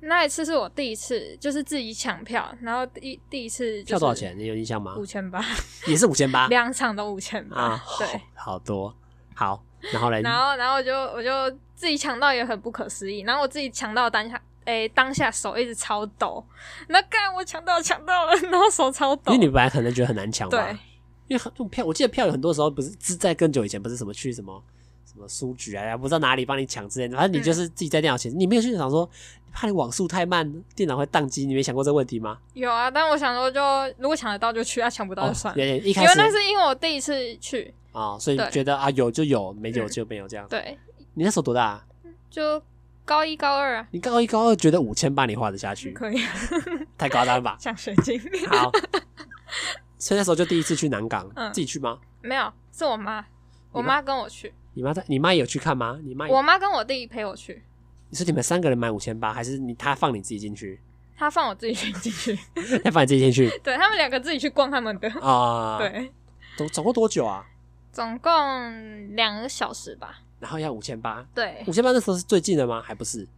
那一次是我第一次，就是自己抢票，然后第第一次
票多少？钱？你有印象吗？
五千八，
也是五千八
两场都五千八
啊，，好
对。
好多好，然后嘞，
然后，然后我就我就自己抢到也很不可思议。然后我自己抢到当下，诶、当下手一直超抖。那干我抢到抢到了， 然后手超抖
因为。你本来可能觉得很难抢吧
对，
因为很这种票，我记得票有很多时候不是是在更久以前不是什么去什么什么书局啊，不知道哪里帮你抢之类的，反正你就是自己在电脑前，你没有去想说怕你网速太慢，电脑会宕机，你没想过这个问题吗？
有啊，但我想说就，如果抢得到就去，啊抢不到就算
有
了。
点哦一
因
开
为
始
那是因为我第一次去，
啊、所以
对
觉得啊有就有，没有
嗯
就没有这样。
对，
你那时候多大啊、
就高一高二啊，
你高一高二觉得五千八你花得下去，
可以 啊
太夸张了 吧？
奖学金。
好，所以那时候就第一次去南港，
嗯
自己去吗？
没有，是我妈，我
你妈
妈跟我去，
你妈在，你妈也有去看吗？你妈也
我妈跟我弟陪我去，
你说你们三个人买五千八，还是你他放你自己进去，
她放我自己去进去，
他放你自己进去
对他们两个自己去逛他们的，
啊？，
对，
总总共多久啊？
总共两个小时吧，
然后要五千八，
对
五，千八那时候是最近的吗？还不是，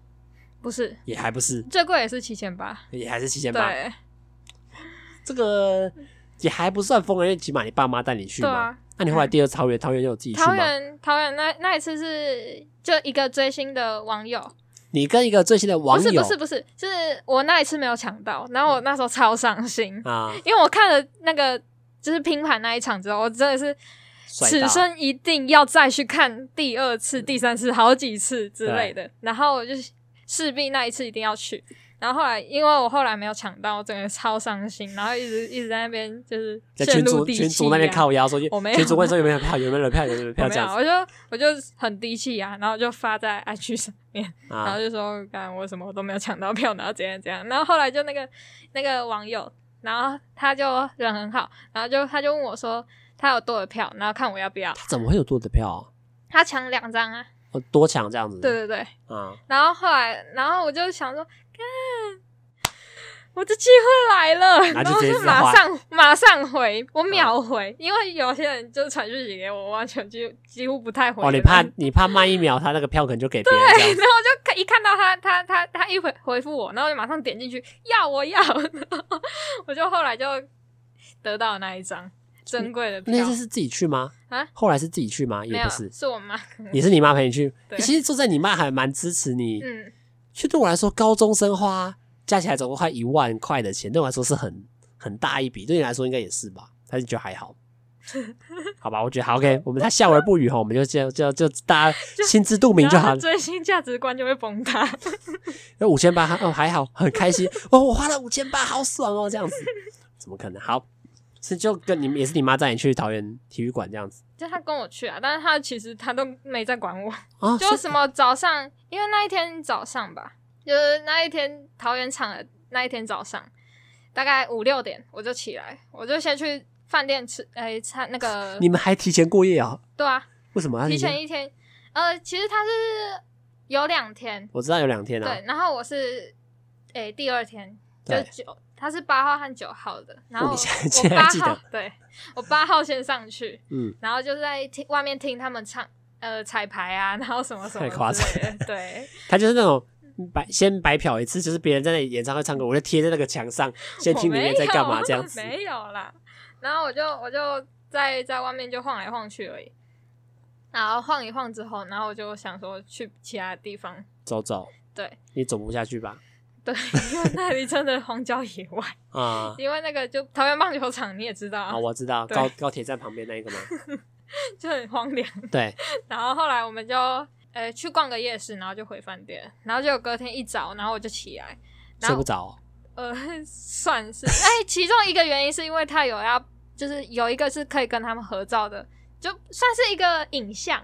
不是
也还不是，
最贵也是七千八，
也还是七千八。
对
这个也还不算疯了，因为起码你爸妈带你去
对
嘛。
啊，
那你后来第二次桃园，桃园有自己去
桃
吗？
园桃园那那一次是就一个追星的网友，
你跟一个最新的网
不是
友
不是不是，是我那一次没有抢到，然后我那时候超伤心，
啊，
因为我看了那个就是拼盘那一场之后，我真的是
帅
此
到嗯
生一定要再去看第二次、第三次、好几次之类的。然后我就势必那一次一定要去。然后后来，因为我后来没有抢到，我整个超伤心，然后一直一直在那边就是
在
陷
群
入
主
低
群
气啊
主那边
压。
靠腰说，
我没有
群主问说有没有票，有没有人票，有没有人
我
票
没
这
有，
样子
我就我就很低气压，然后就发在 IG 上面，然
啊
后就说，干我什么我都没有抢到票，然后怎样怎样。然后后来就那个那个网友，然后他就人很好，然后就他就问我说，他有多的票，然后看我要不要。
他怎么会有多的票？
他抢两张啊，
哦多抢这样子，
对对对。
啊，
然后后来，然后我就想说，看我这机会来了，
然
然
后
后
就直接嗯
就马上马上回，我秒回，因为有些人就传讯息给我，我完全几几乎不太回的。
哦，你怕你怕慢一秒，他那个票可能就给别人这样
然后我就看一看到他，他他他一回回复我，然后我就马上点进去，要我要， 然后我就后来就得到那一张珍贵的
那
票
次是自己去吗？
啊，
后来是自己去吗？
没
也
有，
不是，
我妈跟我，
也是你妈陪你去。
对
其实说在你妈还蛮支持你，
嗯，
其实对我来说，高中生花加起来总共快一万块的钱，对我来说是很很大一笔，对你来说应该也是吧？还是你觉得还 好？好吧，我觉得好 OK，我们他笑而不语哈，我们就就就 就大家心知肚明就
然后
好
她
了。
追星价值观就会崩塌。
那五千八，哦还好，很开心哦，我花了五千八，好爽哦，这样子，怎么可能？好，是就跟你也是你妈带你去桃园体育馆这样子
就他跟我去啊，但是他其实他都没在管我，
啊？
就是什么早上，因为那一天早上吧，就是那一天桃园场的那一天早上，大概五六点我就起来，我就先去饭店吃，哎、餐那个
你们还提前过夜啊？
对啊，
为什么要
提
提
前？一天，呃，其实他是有两天，
我知道有两天啊
对，，然后我是哎、第二天就
对
九，他是八号和九号的，然后
哦你现在
我
现在
八
记得
号对我八号先上去，
嗯，
然后就在听外面听他们唱呃彩排啊，然后什么什么
太夸张
之类的， 对，
他就是那种白先白嫖一次，就是别人在那里演唱会唱歌，我就贴在那个墙上，先听里面在干嘛这样子
我。没有没有啦，然后我就我就在在外面就晃来晃去而已，然后晃一晃之后，然后我就想说去其他地方，
走走，
对
你走不下去吧？
对，因为那里真的荒郊野外，
啊
因为那个就桃园棒球场你也知道啊
啊，我知道
对
高高铁站旁边那一个嘛，
就很荒凉。
对，
然后后来我们就呃去逛个夜市，然后就回饭店，然后结果隔天一早，然后我就起来，然
睡
后
不着哦
呃， 算是哎，其中一个原因是因为他有要，就是有一个是可以跟他们合照的，就算是一个影像，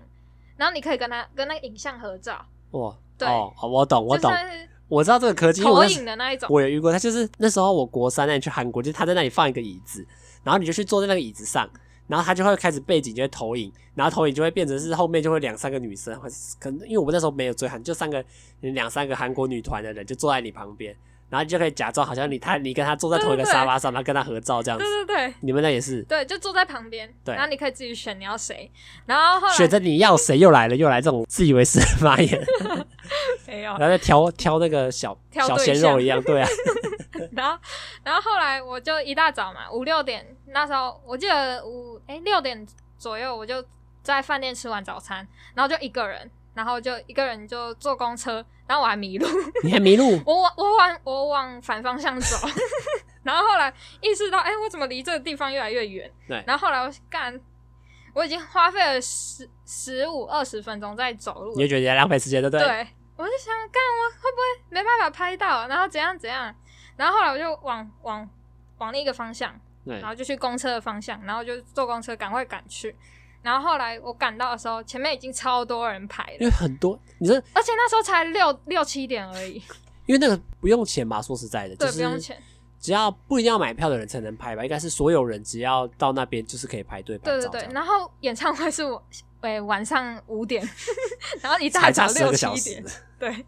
然后你可以跟他跟那个影像合照，
哇。
对
哦，哦我懂，我
就
懂，
算是
我知道这个科技，因为我
投
那时
影的那一种，
我有遇过，他就是那时候我国三那你去韩国，就是他在那里放一个椅子，然后你就去坐在那个椅子上，然后他就会开始背景就会投影，然后投影就会变成是后面就会两三个女生，或者是可能因为我们那时候没有追韩，就三个两三个韩国女团的人就坐在你旁边，然后你就可以假装好像你他你跟他坐在同一个
对对对
沙发上，然后跟他合照这样子
对。对对
你们那也是
对，就坐在旁边，
对
然后你可以自己选你要谁，然后后来
选择你要谁又来了又来这种自以为是的发 言，
没有
然，后再挑挑那个小
挑
小
对
鲜
象
肉一 样，对啊，
然后，然后后来我就一大早嘛，五六点那时候，我记得五哎六点左右，我就在饭店吃完早餐，然后就一个人，然后就一个人就坐公车，然后我还迷路，
你还迷路，
我往我往我往反方向走， 然后后来意识到，哎，我怎么离这个地方越来越远？
对
然后后来我干，我已经花费了十十五二十分钟在走路了
你就觉得你在浪费时间，对不对？
对，我就想干，我会不会没办法拍到？然后怎样怎样？然后后来我就往往往另一个方向，
对
然后就去公车的方向，然后就坐公车赶快赶去。然后后来我赶到的时候，前面已经超多人排
因
了
为，很多，你这
而且那时候才六六七点而 已，
因为那个不用钱吧？说实在的，就
对，
是
不用钱，
只要不一定要买票的人才能拍吧，应该是所有人只要到那边就是可以排队拍
对
照
对
这样。
对。然后演唱会是我，诶、晚上五点， 然后一大
才
早
差十二
六
个小
七点
时，，
对，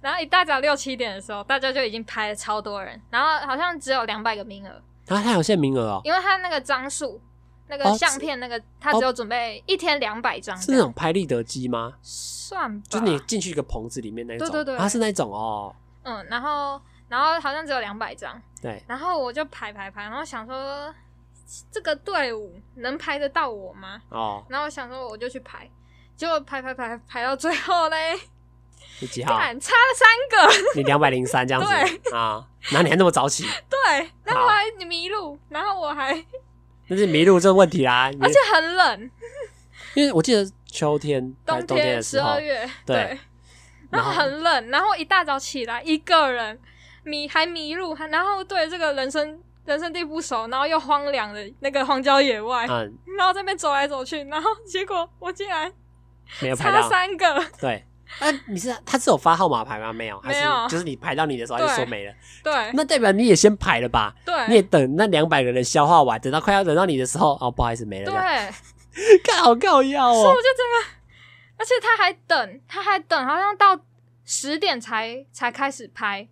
然后一大早六七点的时候，大家就已经排了超多人，然后好像只有两百个名额，
然后还有限名额哦，
因为他那个张数，那个
哦
相片，那个他
哦
只有准备一天两百张
是
这
那
样，
种拍立得机吗？
算吧，
就是你进去一个棚子里面那一种，
对对对
它是那种哦，
嗯，然后然后好像只有两百张，
对，
然后我就排排排，然后想说这个队伍能排得到我吗？
哦，
然后我想说我就去排，结果排排排排到最后嘞，
你几号？
干差了三个，
你两百零三这样子啊？然后你还那么早起，
对，然
好
后我还迷路，然后我还而
那是迷路这问题啦。你
且很冷，
因为我记得秋天、还
冬
是冬天的时
十
候
二，月，
对
对然后很冷，然后一大早起来一个人迷还迷路，还然后对这个人生人生地不熟，然后又荒凉的那个荒郊野外，
嗯，
然后这边走来走去，然后结果我竟然
没有排
差
到，
三个，
对。那你是他是有发号码牌吗？没有，还
没有
是就是你排到你的时候他就说
对
没了，
对
那代表你也先排了吧？你也
对
等那两百个人消化完，等到快要轮到你的时候，哦，不好意思，没了
对，
这
所
样。
以
看好搞笑
我
哦！
就真的，而且他还等，他还等，好像到十点才才开始拍，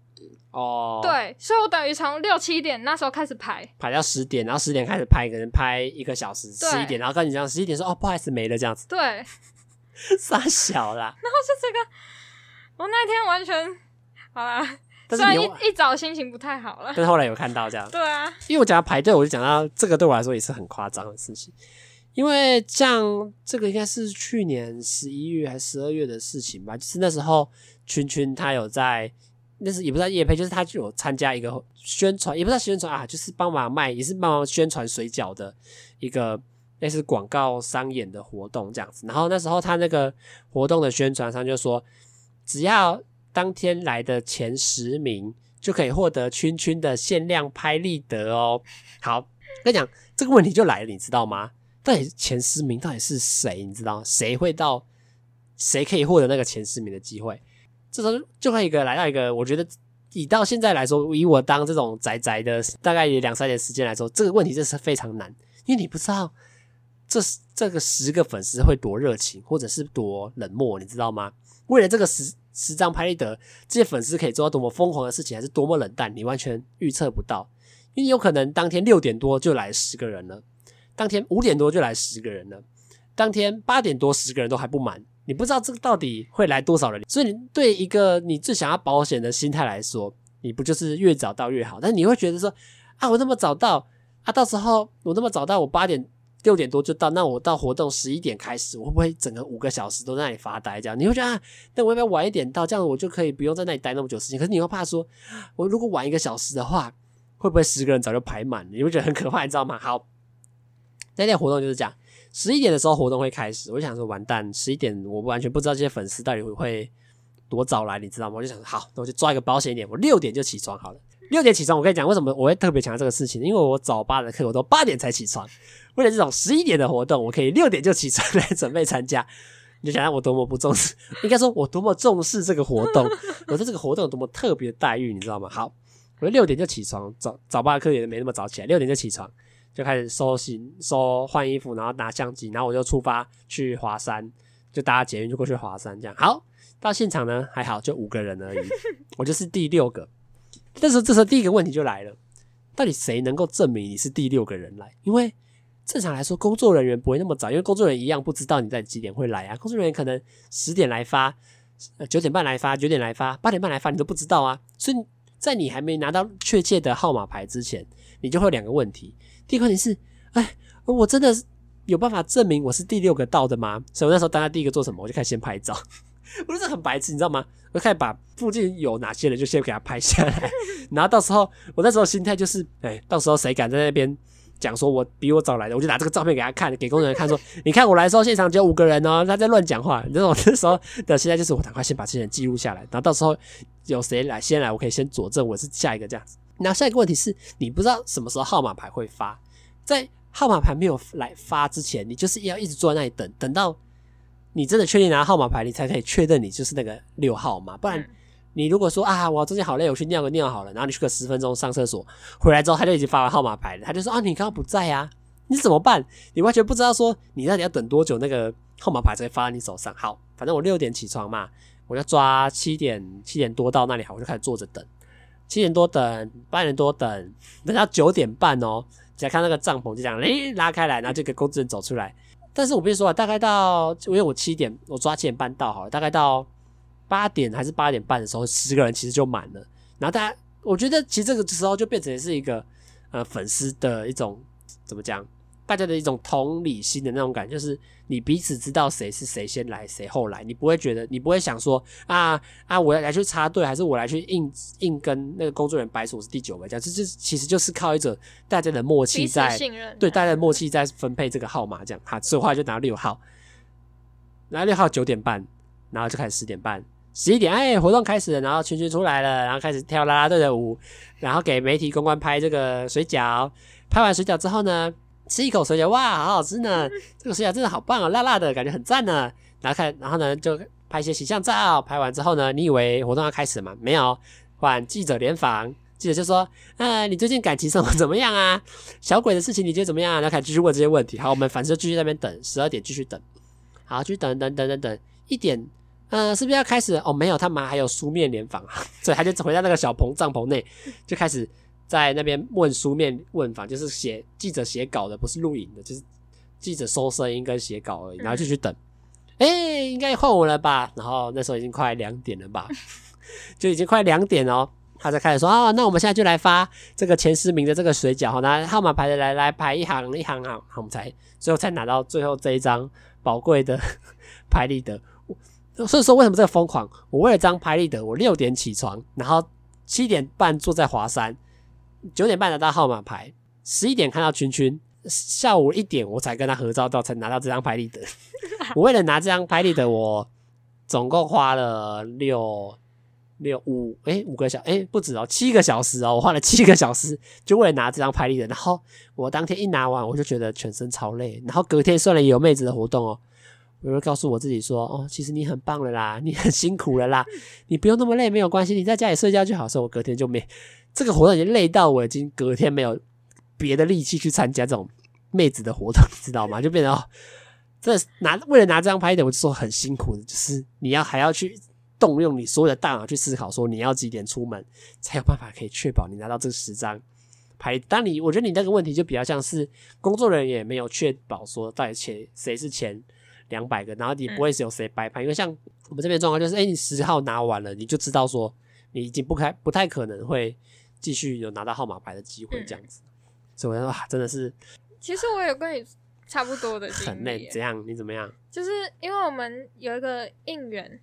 哦，，
对，所以我等于从六七点那时候开始拍，
排到十点，然后十点开始拍，可能拍一个小时，
对
十一点，然后跟你讲十一点说哦，不好意思，没了这样子，
对，
傻小啦。
就这个，我那天完全好啦，
但
虽
是
然
你有，
一一早心情不太好了
但，是后来有看到这样，
对啊，
因为我讲到排队，我就讲到这个对我来说也是很夸张的事情，因为像这个应该是去年十一月还是十二月的事情吧，就是那时候圈圈他有在，那是也不是在夜配，就是他就有参加一个宣传，也不是在宣传啊，就是帮忙卖，也是帮忙宣传水饺的一个类似广告商演的活动这样子。然后那时候他那个活动的宣传上就说，只要当天来的前十名就可以获得圈圈的限量拍立得哦。好，跟你讲这个问题就来了，你知道吗？到底前十名到底是谁？你知道谁会到谁可以获得那个前十名的机会？这时候就会一个来到一个，我觉得以到现在来说，以我当这种宅宅的大概也两三年时间来说，这个问题真是非常难，因为你不知道这这个十个粉丝会多热情，或者是多冷漠，你知道吗？为了这个十十张拍立得，这些粉丝可以做到多么疯狂的事情，还是多么冷淡，你完全预测不到。因为有可能当天六点多就来十个人了，当天五点多就来十个人了，当天八点多十个人都还不满，你不知道这个到底会来多少人。所以你对一个你最想要保险的心态来说，你不就是越早到越好？但你会觉得说啊，我那么早到啊，到时候我那么早到，我八点。六点多就到，那我到活动十一点开始，我会不会整个五个小时都在那里发呆？这样你会觉得啊，那我要不要晚一点到？这样我就可以不用在那里待那么久时间。可是你又怕说，我如果晚一个小时的话，会不会十个人早就排满了？你会觉得很可怕，你知道吗？好，那天活动就是这样，十一点的时候活动会开始，我就想说完蛋，十一点我完全不知道这些粉丝到底会会多早来，你知道吗？我就想说好，那我就抓一个保险一点，我六点就起床好了。六点起床，我跟你讲，为什么我会特别强调这个事情？因为我早八的课我都八点才起床，为了这种十一点的活动，我可以六点就起床来准备参加。你就想想我多么不重视，应该说我多么重视这个活动，我对这个活动有多么特别的待遇，你知道吗？好，我六点就起床，早早八的课也没那么早起来，六点就起床，就开始收行收换衣服，然后拿相机，然后我就出发去华山，就搭捷运就过去华山这样。好，到现场呢还好，就五个人而已，我就是第六个。但是这时候第一个问题就来了，到底谁能够证明你是第六个人来？因为正常来说，工作人员不会那么早，因为工作人员一样不知道你在几点会来啊。工作人员可能十点来发，呃九点半来发，九点来发，八点半来发，你都不知道啊。所以在你还没拿到确切的号码牌之前，你就会有两个问题。第一个问题是，哎，我真的是有办法证明我是第六个到的吗？所以我那时候当家第一个做什么，我就开始先拍照。 我就是很白痴，你知道吗？我就开始把附近有哪些人就先给他拍下来， 然后到时候我那时候心态就是，哎，到时候谁敢在那边讲说我比我早来的，我就拿这个照片给他看，给工作人员看说，你看我来的时候现场只有五个人哦，他在乱讲话。你知道 我那时候的心态就是，我赶快先把这些人记录下来，然后到时候有谁来先来，我可以先佐证我是下一个这样子。然后下一个问题是你不知道什么时候号码牌会发，在号码牌没有来发之前，你就是要一直坐在那里等，等到你真的确定拿到号码牌，你才可以确认你就是那个六号嘛。不然
嗯
你如果说啊，我最近好累，我去尿个尿好了，然后你去个十分钟上厕所，回来之后他就已经发完号码牌了，他就说啊，你刚刚不在啊，你怎么办？你完全不知道说你到底要等多久那个号码牌才会发到你手上。好，反正我六点起床嘛，我要抓七点七点多到那里，好，我就开始坐着等。七点多等，八点多等，等到九点半哦，才看那个帐篷就这样，诶、拉开来，然后就给工作人员走出来。但是我必须说啊，大概到因为我七点，我抓七点半到好了，大概到八点还是八点半的时候，十个人其实就满了。然后大家，我觉得其实这个时候就变成是一个呃粉丝的一种怎么讲，大家的一种同理心的那种感觉，就是你彼此知道谁是谁先来谁后来，你不会觉得你不会想说啊啊我要来去插队，还是我来去硬硬跟那个工作人员白说我是第九个这样，这这其实就是靠一种大家的默
彼
契
此
在
信任，
对，大啊家的默契在分配这个号码，这样哈，所以我后来就拿六号，拿六号九点半，然后就开始十点半、十一点，哎，活动开始了，然后圈圈出来了，然后开始跳啦啦队的舞，然后给媒体公关拍这个水饺，拍完水饺之后呢，吃一口水饺，哇，好好吃呢，这个水饺真的好棒哦，辣辣的感觉很赞呢，然后看，然后呢就拍一些形象照，拍完之后呢，你以为活动要开始吗？没有，换记者联访。记者就说：“啊，你最近感情生活怎么样啊？小鬼的事情你觉得怎么样、啊？然后开始继续问这些问题。好，我们反正就继续在那边等，十二点继续等。好，继续等等等等等，一点，嗯、是不是要开始？哦，没有，他们还有书面联访啊， 所以他就回到那个小棚帐篷内，就开始在那边问书面问访，就是写记者写稿的，不是录影的，就是记者收声音跟写稿而已，然后继续等。哎、应该换我了吧？然后那时候已经快两点了吧， 就已经快两点哦。他才开始说啊、那我们现在就来发这个前十名的这个水饺哈，拿号码牌的来来排一行一行行，我们才最后才拿到最后这一张宝贵的 拍立得。我所以说为什么这个疯狂？我为了张拍立得，我六点起床，然后七点半坐在华山，九点半拿到号码牌，十一点看到群群，下午一点我才跟他合照到，才拿到这张拍立得。 我为了拿这张拍立得，我总共花了六六五哎、五个小哎、不止哦七个小时哦，我花了七个小时就为了拿这张拍立得。然后我当天一拿完，我就觉得全身超累。然后隔天虽然有妹子的活动哦，我就告诉我自己说哦，其实你很棒了啦，你很辛苦了啦，你不用那么累，没有关系，你在家里睡觉就好。所以我隔天就没这个活动已经累到我已经隔天没有别的力气去参加这种妹子的活动， 你知道吗？就变成、哦、真的是拿为了拿这张拍的，我就说很辛苦的，就是你要还要去动用你所有的大脑去思考，说你要几点出门才有办法可以确保你拿到这十张拍。当你我觉得你那个问题就比较像是工作人员也没有确保说到底前谁是前两百个，然后你
嗯
不会是有谁白拍，因为像我们这边状况就是，哎、你十号拿完了，你就知道说你已经不开不太可能会继续有拿到号码牌的机会这样子。
嗯
所以我说哇，真的是
其实我有跟你差不多的经历耶，
很累。怎样？你怎么样？
就是因为我们有一个应援，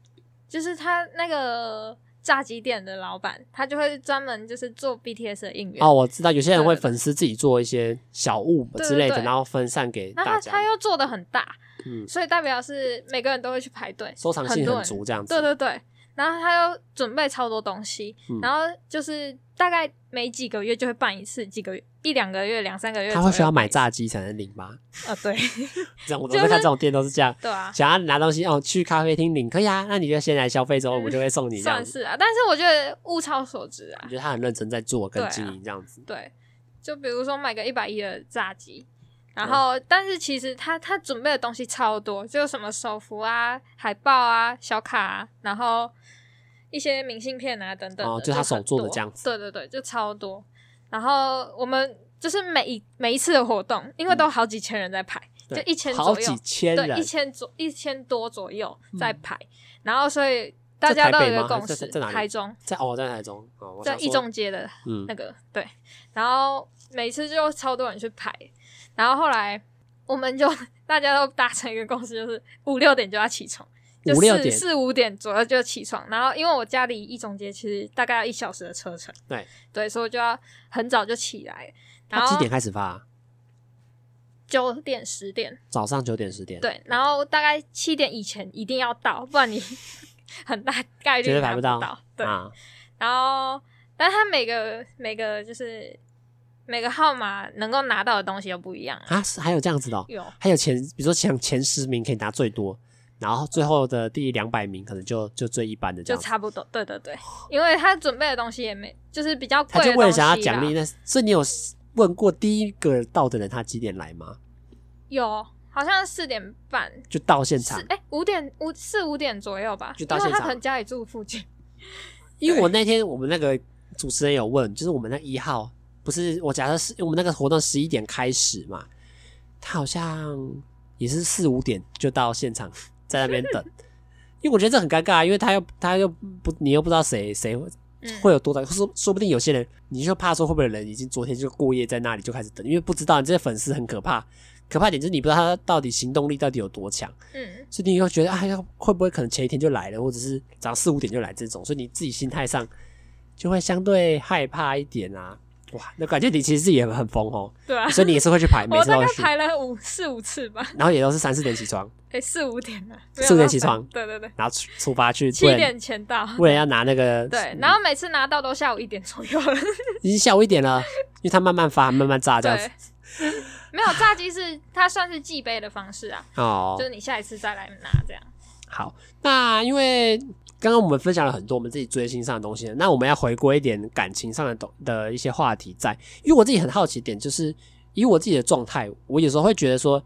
就是他那个炸鸡店的老板，他就会专门就是做 BTS 的应援。
哦，我知道有些人会
对对对
粉丝自己做一些小物之类
对对
的，
对
然后分散给
那
大
他他
家，
又做的很大，
嗯
所以代表是每个人都会去排队，
收藏性
多
很
人
足这样子。
对对对，然后他又准备超多东西，
嗯
然后就是大概每几个月就会办一次，几个月一两个月、两三个月左右
他
办一次，
会需要买炸鸡才能领吧？
啊、对
这样我都
就是
看这种店都是这样，
对啊，
想要拿东西哦，去咖啡厅领可以啊，那你就先来消费之后，我们就会送你这样
嗯算
子。
是啊，但是我觉得物超所值啊
我，觉得他很认真在做跟
对啊
经营这样子，
对，就比如说买个一百一的炸鸡，
嗯
然后、但是其实他他准备的东西超多，就什么手幅啊、海报啊、小卡、啊，然后一些明信片啊等等的
哦就他手做的
很多
这样子
对对对，就超多。然后我们就是每一每一次的活动，因为
嗯
都好几千人在排，就
对
一千
好
左
几
右，
千
对，
人
一，千左一千多左右在排，然后所以
嗯
大
在
家
台
都有
北
一个
吗
共
在
识，
在哪里
台中
在哦，在台中哦，我
在
想
一
说，
中街的
嗯
那，个对，然后每次就超多人去排，然后后来我们就 大家都达成一个共识，就是五六点就要起床，就
五六
四
点
四五点左右就起床。然后因为我家离一中街其实大概要一小时的车程，
对
对，所以我就要很早就起来，然
他几
后
点开始发？
九点十点
早上九点十点，，
对，然后大概七点以前一定要到，不然你 很大概
绝
率
对
拿
排不到
到。对，
啊，
然后，但是他每个每个就是每个号码能够拿到的东西都不一样、啊。
啊，是还有这样子的哦，
有
还有前，比如说前前十名可以拿最多，然后最后的第两百名可能就就最一般的这
就
样子。
差不多，对对对，因为他准备的东西也没，就是比较
他
贵
就
的
为
东
了
西
想
啦
要奖励，那所以你有问过第一个到的人他几点来吗？
有好像四点半，
就到现
四
场，
哎五点五四五点左右吧，
就到
因为
现
他
场
可能家里住附近，
因为我那天我们那个主持人有问，就是我们那一号不是我假设是我们那个活动十一点开始嘛，他好像也是四五点就到现场，在那边等。因为我觉得这很尴尬，因为他又他又不你又不知道谁谁会
嗯，
会有多少，说说不定有些人你就怕说会不会有人已经昨天就过夜在那里就开始等，因为不知道你这些粉丝很可怕，可怕点就是你不知道他到底行动力到底有多强。
嗯，
所以你会觉得啊，要会不会可能前一天就来了，或者是早上四五点就来这种，所以你自己心态上就会相对害怕一点啊。哇，那感觉你其实自己也很疯哦，
对啊，
所以你也是会去 排，每
我
次都
大
会
概
去，
排了五四五次吧，
然后也都是三四点起床，
哎四五点了，没有
四点
到
起
三
床
对对对，
然后出出发去，
七
为了
点前到，
为了要拿那个，
对，然后每次拿到都下午一点左右了。
已经下午一点了，因为他慢慢发，慢慢炸这样子
对， 没有炸鸡是它算是寄杯的方式啊，
哦
就。是你下一次再来拿这样。
好，那因为刚刚我们分享了很多我们自己追星上的东西，那我们要回归一点感情上的东的一些话题在，因为我自己很好奇点就是，以我自己的状态，我有时候会觉得说，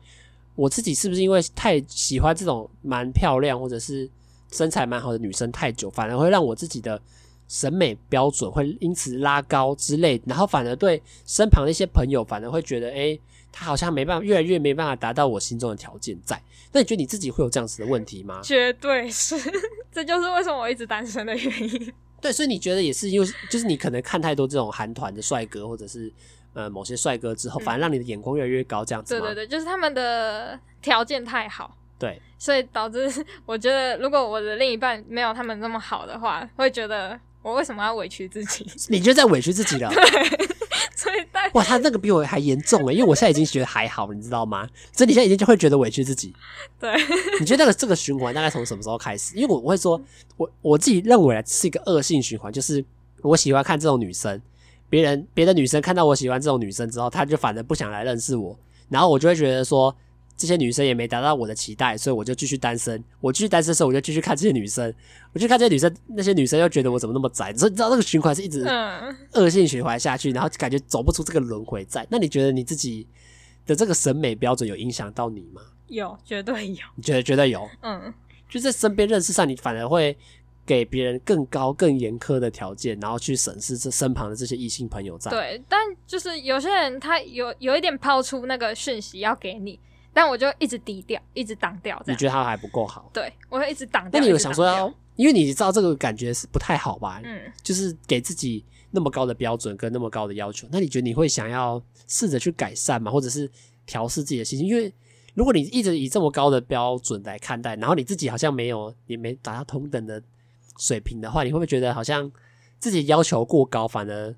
我自己是不是因为太喜欢这种蛮漂亮或者是身材蛮好的女生太久，反而会让我自己的审美标准会因此拉高之类，然后反而对身旁的一些朋友反而会觉得，哎、她好像没办法，越来越没办法达到我心中的条件在。那你觉得你自己会有这样子的问题吗？
绝对是， 这就是为什么我一直单身的原因。
对，所以你觉得也是因为，就是你可能看太多这种韩团的帅哥，或者是呃某些帅哥之后，反而让你的眼光越来越高，这样子
嗯对
吗？
对对，就是他们的条件太好，
对
所以导致 我觉得，如果我的另一半没有他们那么好的话，会觉得我为什么要委屈自己？
你觉得在委屈自己了？
所以大
哇，他那个比我还严重哎，因为我现在已经觉得还好，你知道吗？所以你现在已经就会觉得委屈自己。
对，
你觉得那个这个循环大概从什么时候开始？因为我我会说，我我自己认为是一个恶性循环，就是我喜欢看这种女生，别人别的女生看到我喜欢这种女生之后，她就反而不想来认识我，然后我就会觉得说。这些女生也没达到我的期待，所以我就继续单身。我继续单身的时候，我就继续看这些女生，我去看这些女生，那些女生又觉得我怎么那么宅，所以你知道那个循环是一直
嗯，
恶性循环下去，然后感觉走不出这个轮回在。那你觉得你自己的这个审美标准有影响到你吗？
有绝对有，
你觉得觉得有？
嗯，
就在身边认识上，你反而会给别人更高、更严苛的条件，然后去审视这身旁的这些异性朋友在。，
对。但就是有些人他有有一点抛出那个讯息要给你，但我就一直低调，一直挡掉这
你
样
觉。得他还不够好？
对，我会一直挡
那
掉。
你
一
有
直
想
挡
说
掉
要？因为你知道这个感觉是不太好吧？
嗯，
就是给自己那么高的标准跟那么高的要求，那你觉得你会想要试着去改善吗？或者是调试自己的心情？因为如果你一直以这么高的标准来看待，然后你自己好像没有也没达到同等的水平的话，你会不会觉得好像自己要求过高，反而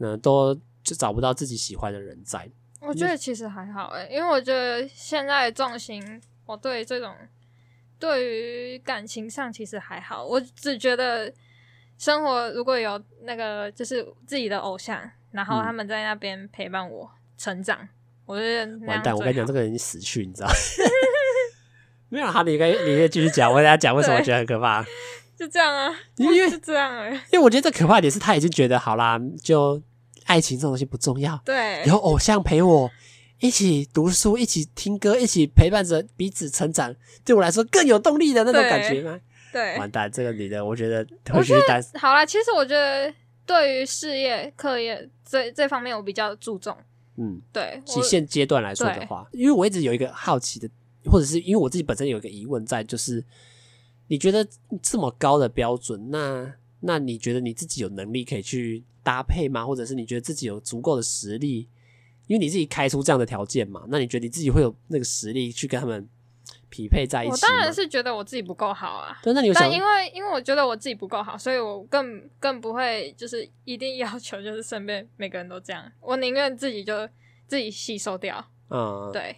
嗯、呃都就找不到自己喜欢的人在？
我觉得其实还好诶、因为我觉得现在的重心，我对这种对于感情上其实还好，我只觉得生活如果有那个就是自己的偶像，然后
嗯
他们在那边陪伴我成长，我觉得嗯那
完
样
蛋，我跟你
最
讲，
好
这。个人已经死去，你知道？ 没有，好，你可以，你可以继续讲，我跟大家讲为什么我觉得很可怕。
就这样啊，
因为
就这样而已。啊
因为我觉得这可怕的点是，他已经觉得好啦，就爱情这种东西不重要，
对，
有偶像陪我一起读书，一起听歌，一起陪伴着彼此成长，对我来说更有动力的那种
对
感觉吗？
对，哎
完蛋，这个女的，我觉得
我
回去
觉
单身
好啦，其实我觉得对于事业、课业这这方面，我比较注重。
嗯，
对，
以
我
现阶段来说的
对
话，因为我一直有一个好奇的，或者是因为我自己本身有一个疑问在，就是你觉得这么高的标准，那那你觉得你自己有能力可以去搭配吗？或者是你觉得自己有足够的实力？因为你自己开出这样的条件嘛，那你觉得你自己会有那个实力去跟他们匹配在一起
我
吗？
当然是觉得我自己不够好啊。
对，那你有想
但因为因为我觉得我自己不够好，所以我更更不会就是一定要求就是身边每个人都这样，我宁愿自己就自己吸收掉。
嗯，
对，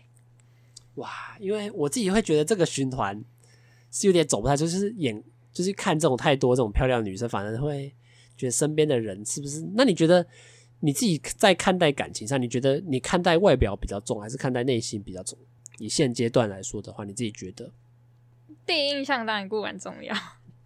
哇，因为我自己会觉得这个循环是有点走不太出，就是眼就是看这种太多这种漂亮的女生，反而会觉得身边的人是不是？那你觉得你自己在看待感情上，你觉得你看待外表比较重，还是看待内心比较重？以现阶段来说的话，你自己觉得
第一印象当然固然重要，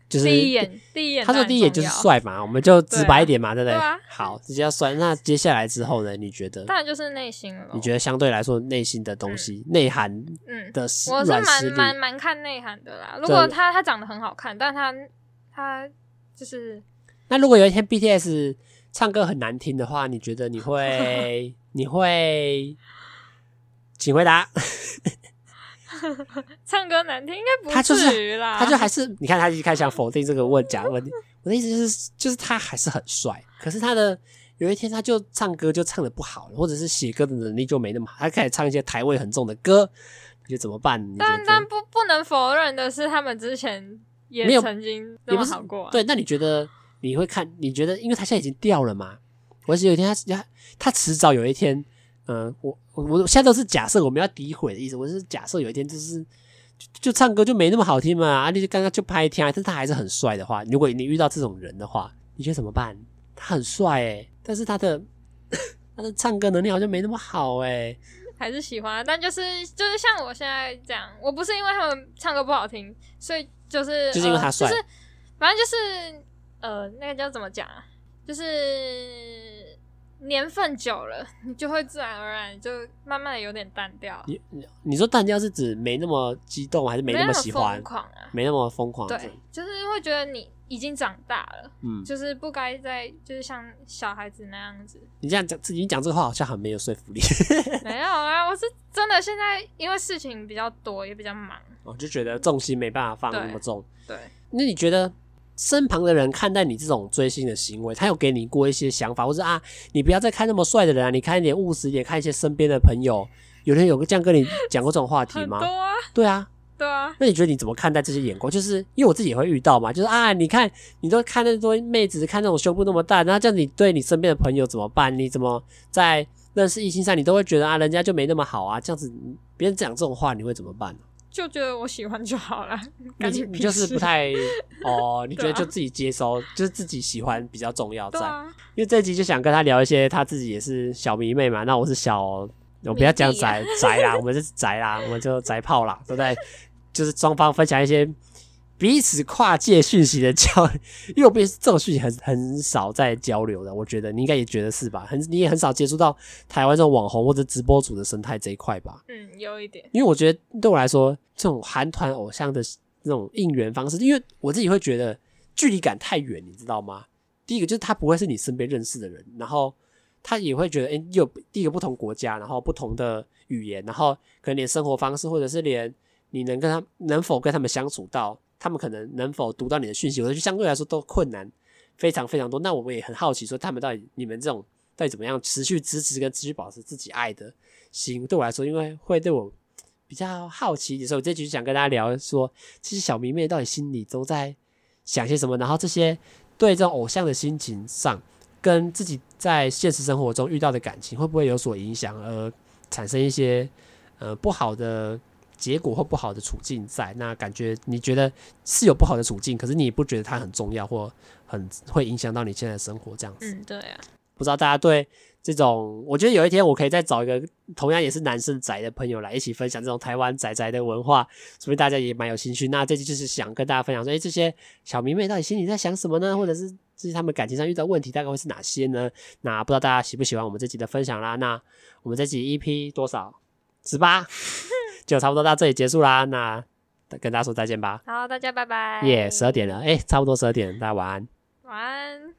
就是
第一眼第一眼
他说
当然
第一眼就
重
是
要，
帅嘛，我们就直白一点嘛，对不对？
对啊
好，直接要帅。那接下来之后呢？你觉得？
当然就是内心了。
你觉得相对来说内心的东西、内涵
嗯，
的实
我是
软
蛮
实力，
蛮蛮看内涵的啦。如
对
果他他长得很好看，但他他就是
那如果有一天 BTS 唱歌很难听的话，你觉得你 会你会？请回答。
唱歌难听，应该
他
不
就是
至于啦。
他就还是啊你看他一开始想否定这个问讲问题，我的意思就是就是他还是很帅，可是他的有一天他就唱歌就唱的不好，或者是写歌的能力就没那么好，他开始唱一些台味很重的歌，你觉得怎么办？你觉
但但
得
不不能否认的是，他们之前也
没有
曾经那
也
么
不是
好过、啊。
对？那你觉得你会看？你觉得因为他现在已经掉了嘛？我是有一天他他他迟早有一天，嗯、我我我现在都是假设我们要诋毁的意思，我是假设有一天就是就就唱歌就没那么好听嘛，啊，你就刚刚就拍天啊，但是他还是很帅的话，如果你遇到这种人的话，你觉得怎么办？他很帅诶、但是他的他的唱歌能力好像没那么好欸诶、
还是喜欢啊，但就是就是像我现在这样，我不是因为他们唱歌不好听，所以就是
就是因为他帅
呃就是反正就是呃，那个叫怎么讲啊，就是年份久了，你就会自然而然就慢慢的有点淡掉，
你你你说淡掉是指没那么激动，还是没那么
么
喜欢哦
疯？狂啊，
没那么疯狂？
对，就是会觉得你已经长大了，
嗯，
就是不该再就是像小孩子那样子。
你这样讲，自己讲这话好像很没有说服力。
没有啦，我是真的现在因为事情比较多，也比较忙，
我哦就觉得重心没办法放
对
那么重。
对。
那你觉得身旁的人看待你这种追星的行为，他有给你过一些想法，或是啊，你不要再看那么帅的人啊，你看一点务实一点，看一些身边的朋友。有人有个这样跟你讲过这种话题
很多
吗？
啊，
对啊，
对啊，
那你觉得你怎么看待这些眼光？就是因为我自己也会遇到嘛，就是啊，你看你都看那么多妹子，看那种胸部那么大，那这样你对你身边的朋友怎么办？你怎么在认识异性上，你都会觉得啊，人家就没那么好啊？这样子别人讲这种话，你会怎么办？
就觉得我喜欢就好了，
你
感
就
觉
你就是不 太哦，你觉得
对啊
就自己接收，就是自己喜欢比较重要在
对。啊，
因为这一集就想跟他聊一些他自己也是小迷妹嘛，那我是小，我不要讲
迷弟啊
宅宅啦，我们就是宅啦，我们就宅炮啦，对不对？就是双方分享一些彼此跨界讯息的交，因为我们这种讯息很很少在交流的，我觉得你应该也觉得是吧？很你也很少接触到台湾这种网红或者直播主的生态这一块吧？
嗯，有一点，
因为我觉得对我来说，这种韩团偶像的那种应援方式，因为我自己会觉得距离感太远，你知道吗？第一个就是他不会是你身边认识的人，然后他也会觉得，哎、又有第一个不同国家，然后不同的语言，然后可能连生活方式，或者是连你能跟他能否跟他们相处到，他们可能能否读到你的讯息，我觉得相对来说都困难非常非常多。那我们也很好奇，说他们到底你们这种到底怎么样持续支持跟持续保持自己爱的心，对我来说，因为会对我比较好奇的时候，我这局想跟大家聊说，这些小迷妹到底心里都在想些什么，然后这些对这种偶像的心情上，跟自己在现实生活中遇到的感情会不会有所影响，而产生一些呃不好的结果或不好的处境在？那感觉你觉得是有不好的处境，可是你也不觉得它很重要或很会影响到你现在的生活这样子。
嗯，对啊，
不知道大家对这种，我觉得有一天我可以再找一个同样也是男生宅的朋友来一起分享这种台湾宅宅的文化，说不定大家也蛮有兴趣。那这期就是想跟大家分享说，哎、这些小迷妹到底心里在想什么呢？或者是至于他们感情上遇到问题，大概会是哪些呢？那不知道大家喜不喜欢我们这集的分享啦？那我们这集 EP 多少？十八，就差不多到这里结束啦。那跟大家说再见吧。
好，大家拜拜。
耶，十二点了，哎、差不多十二点，大家晚安。
晚安。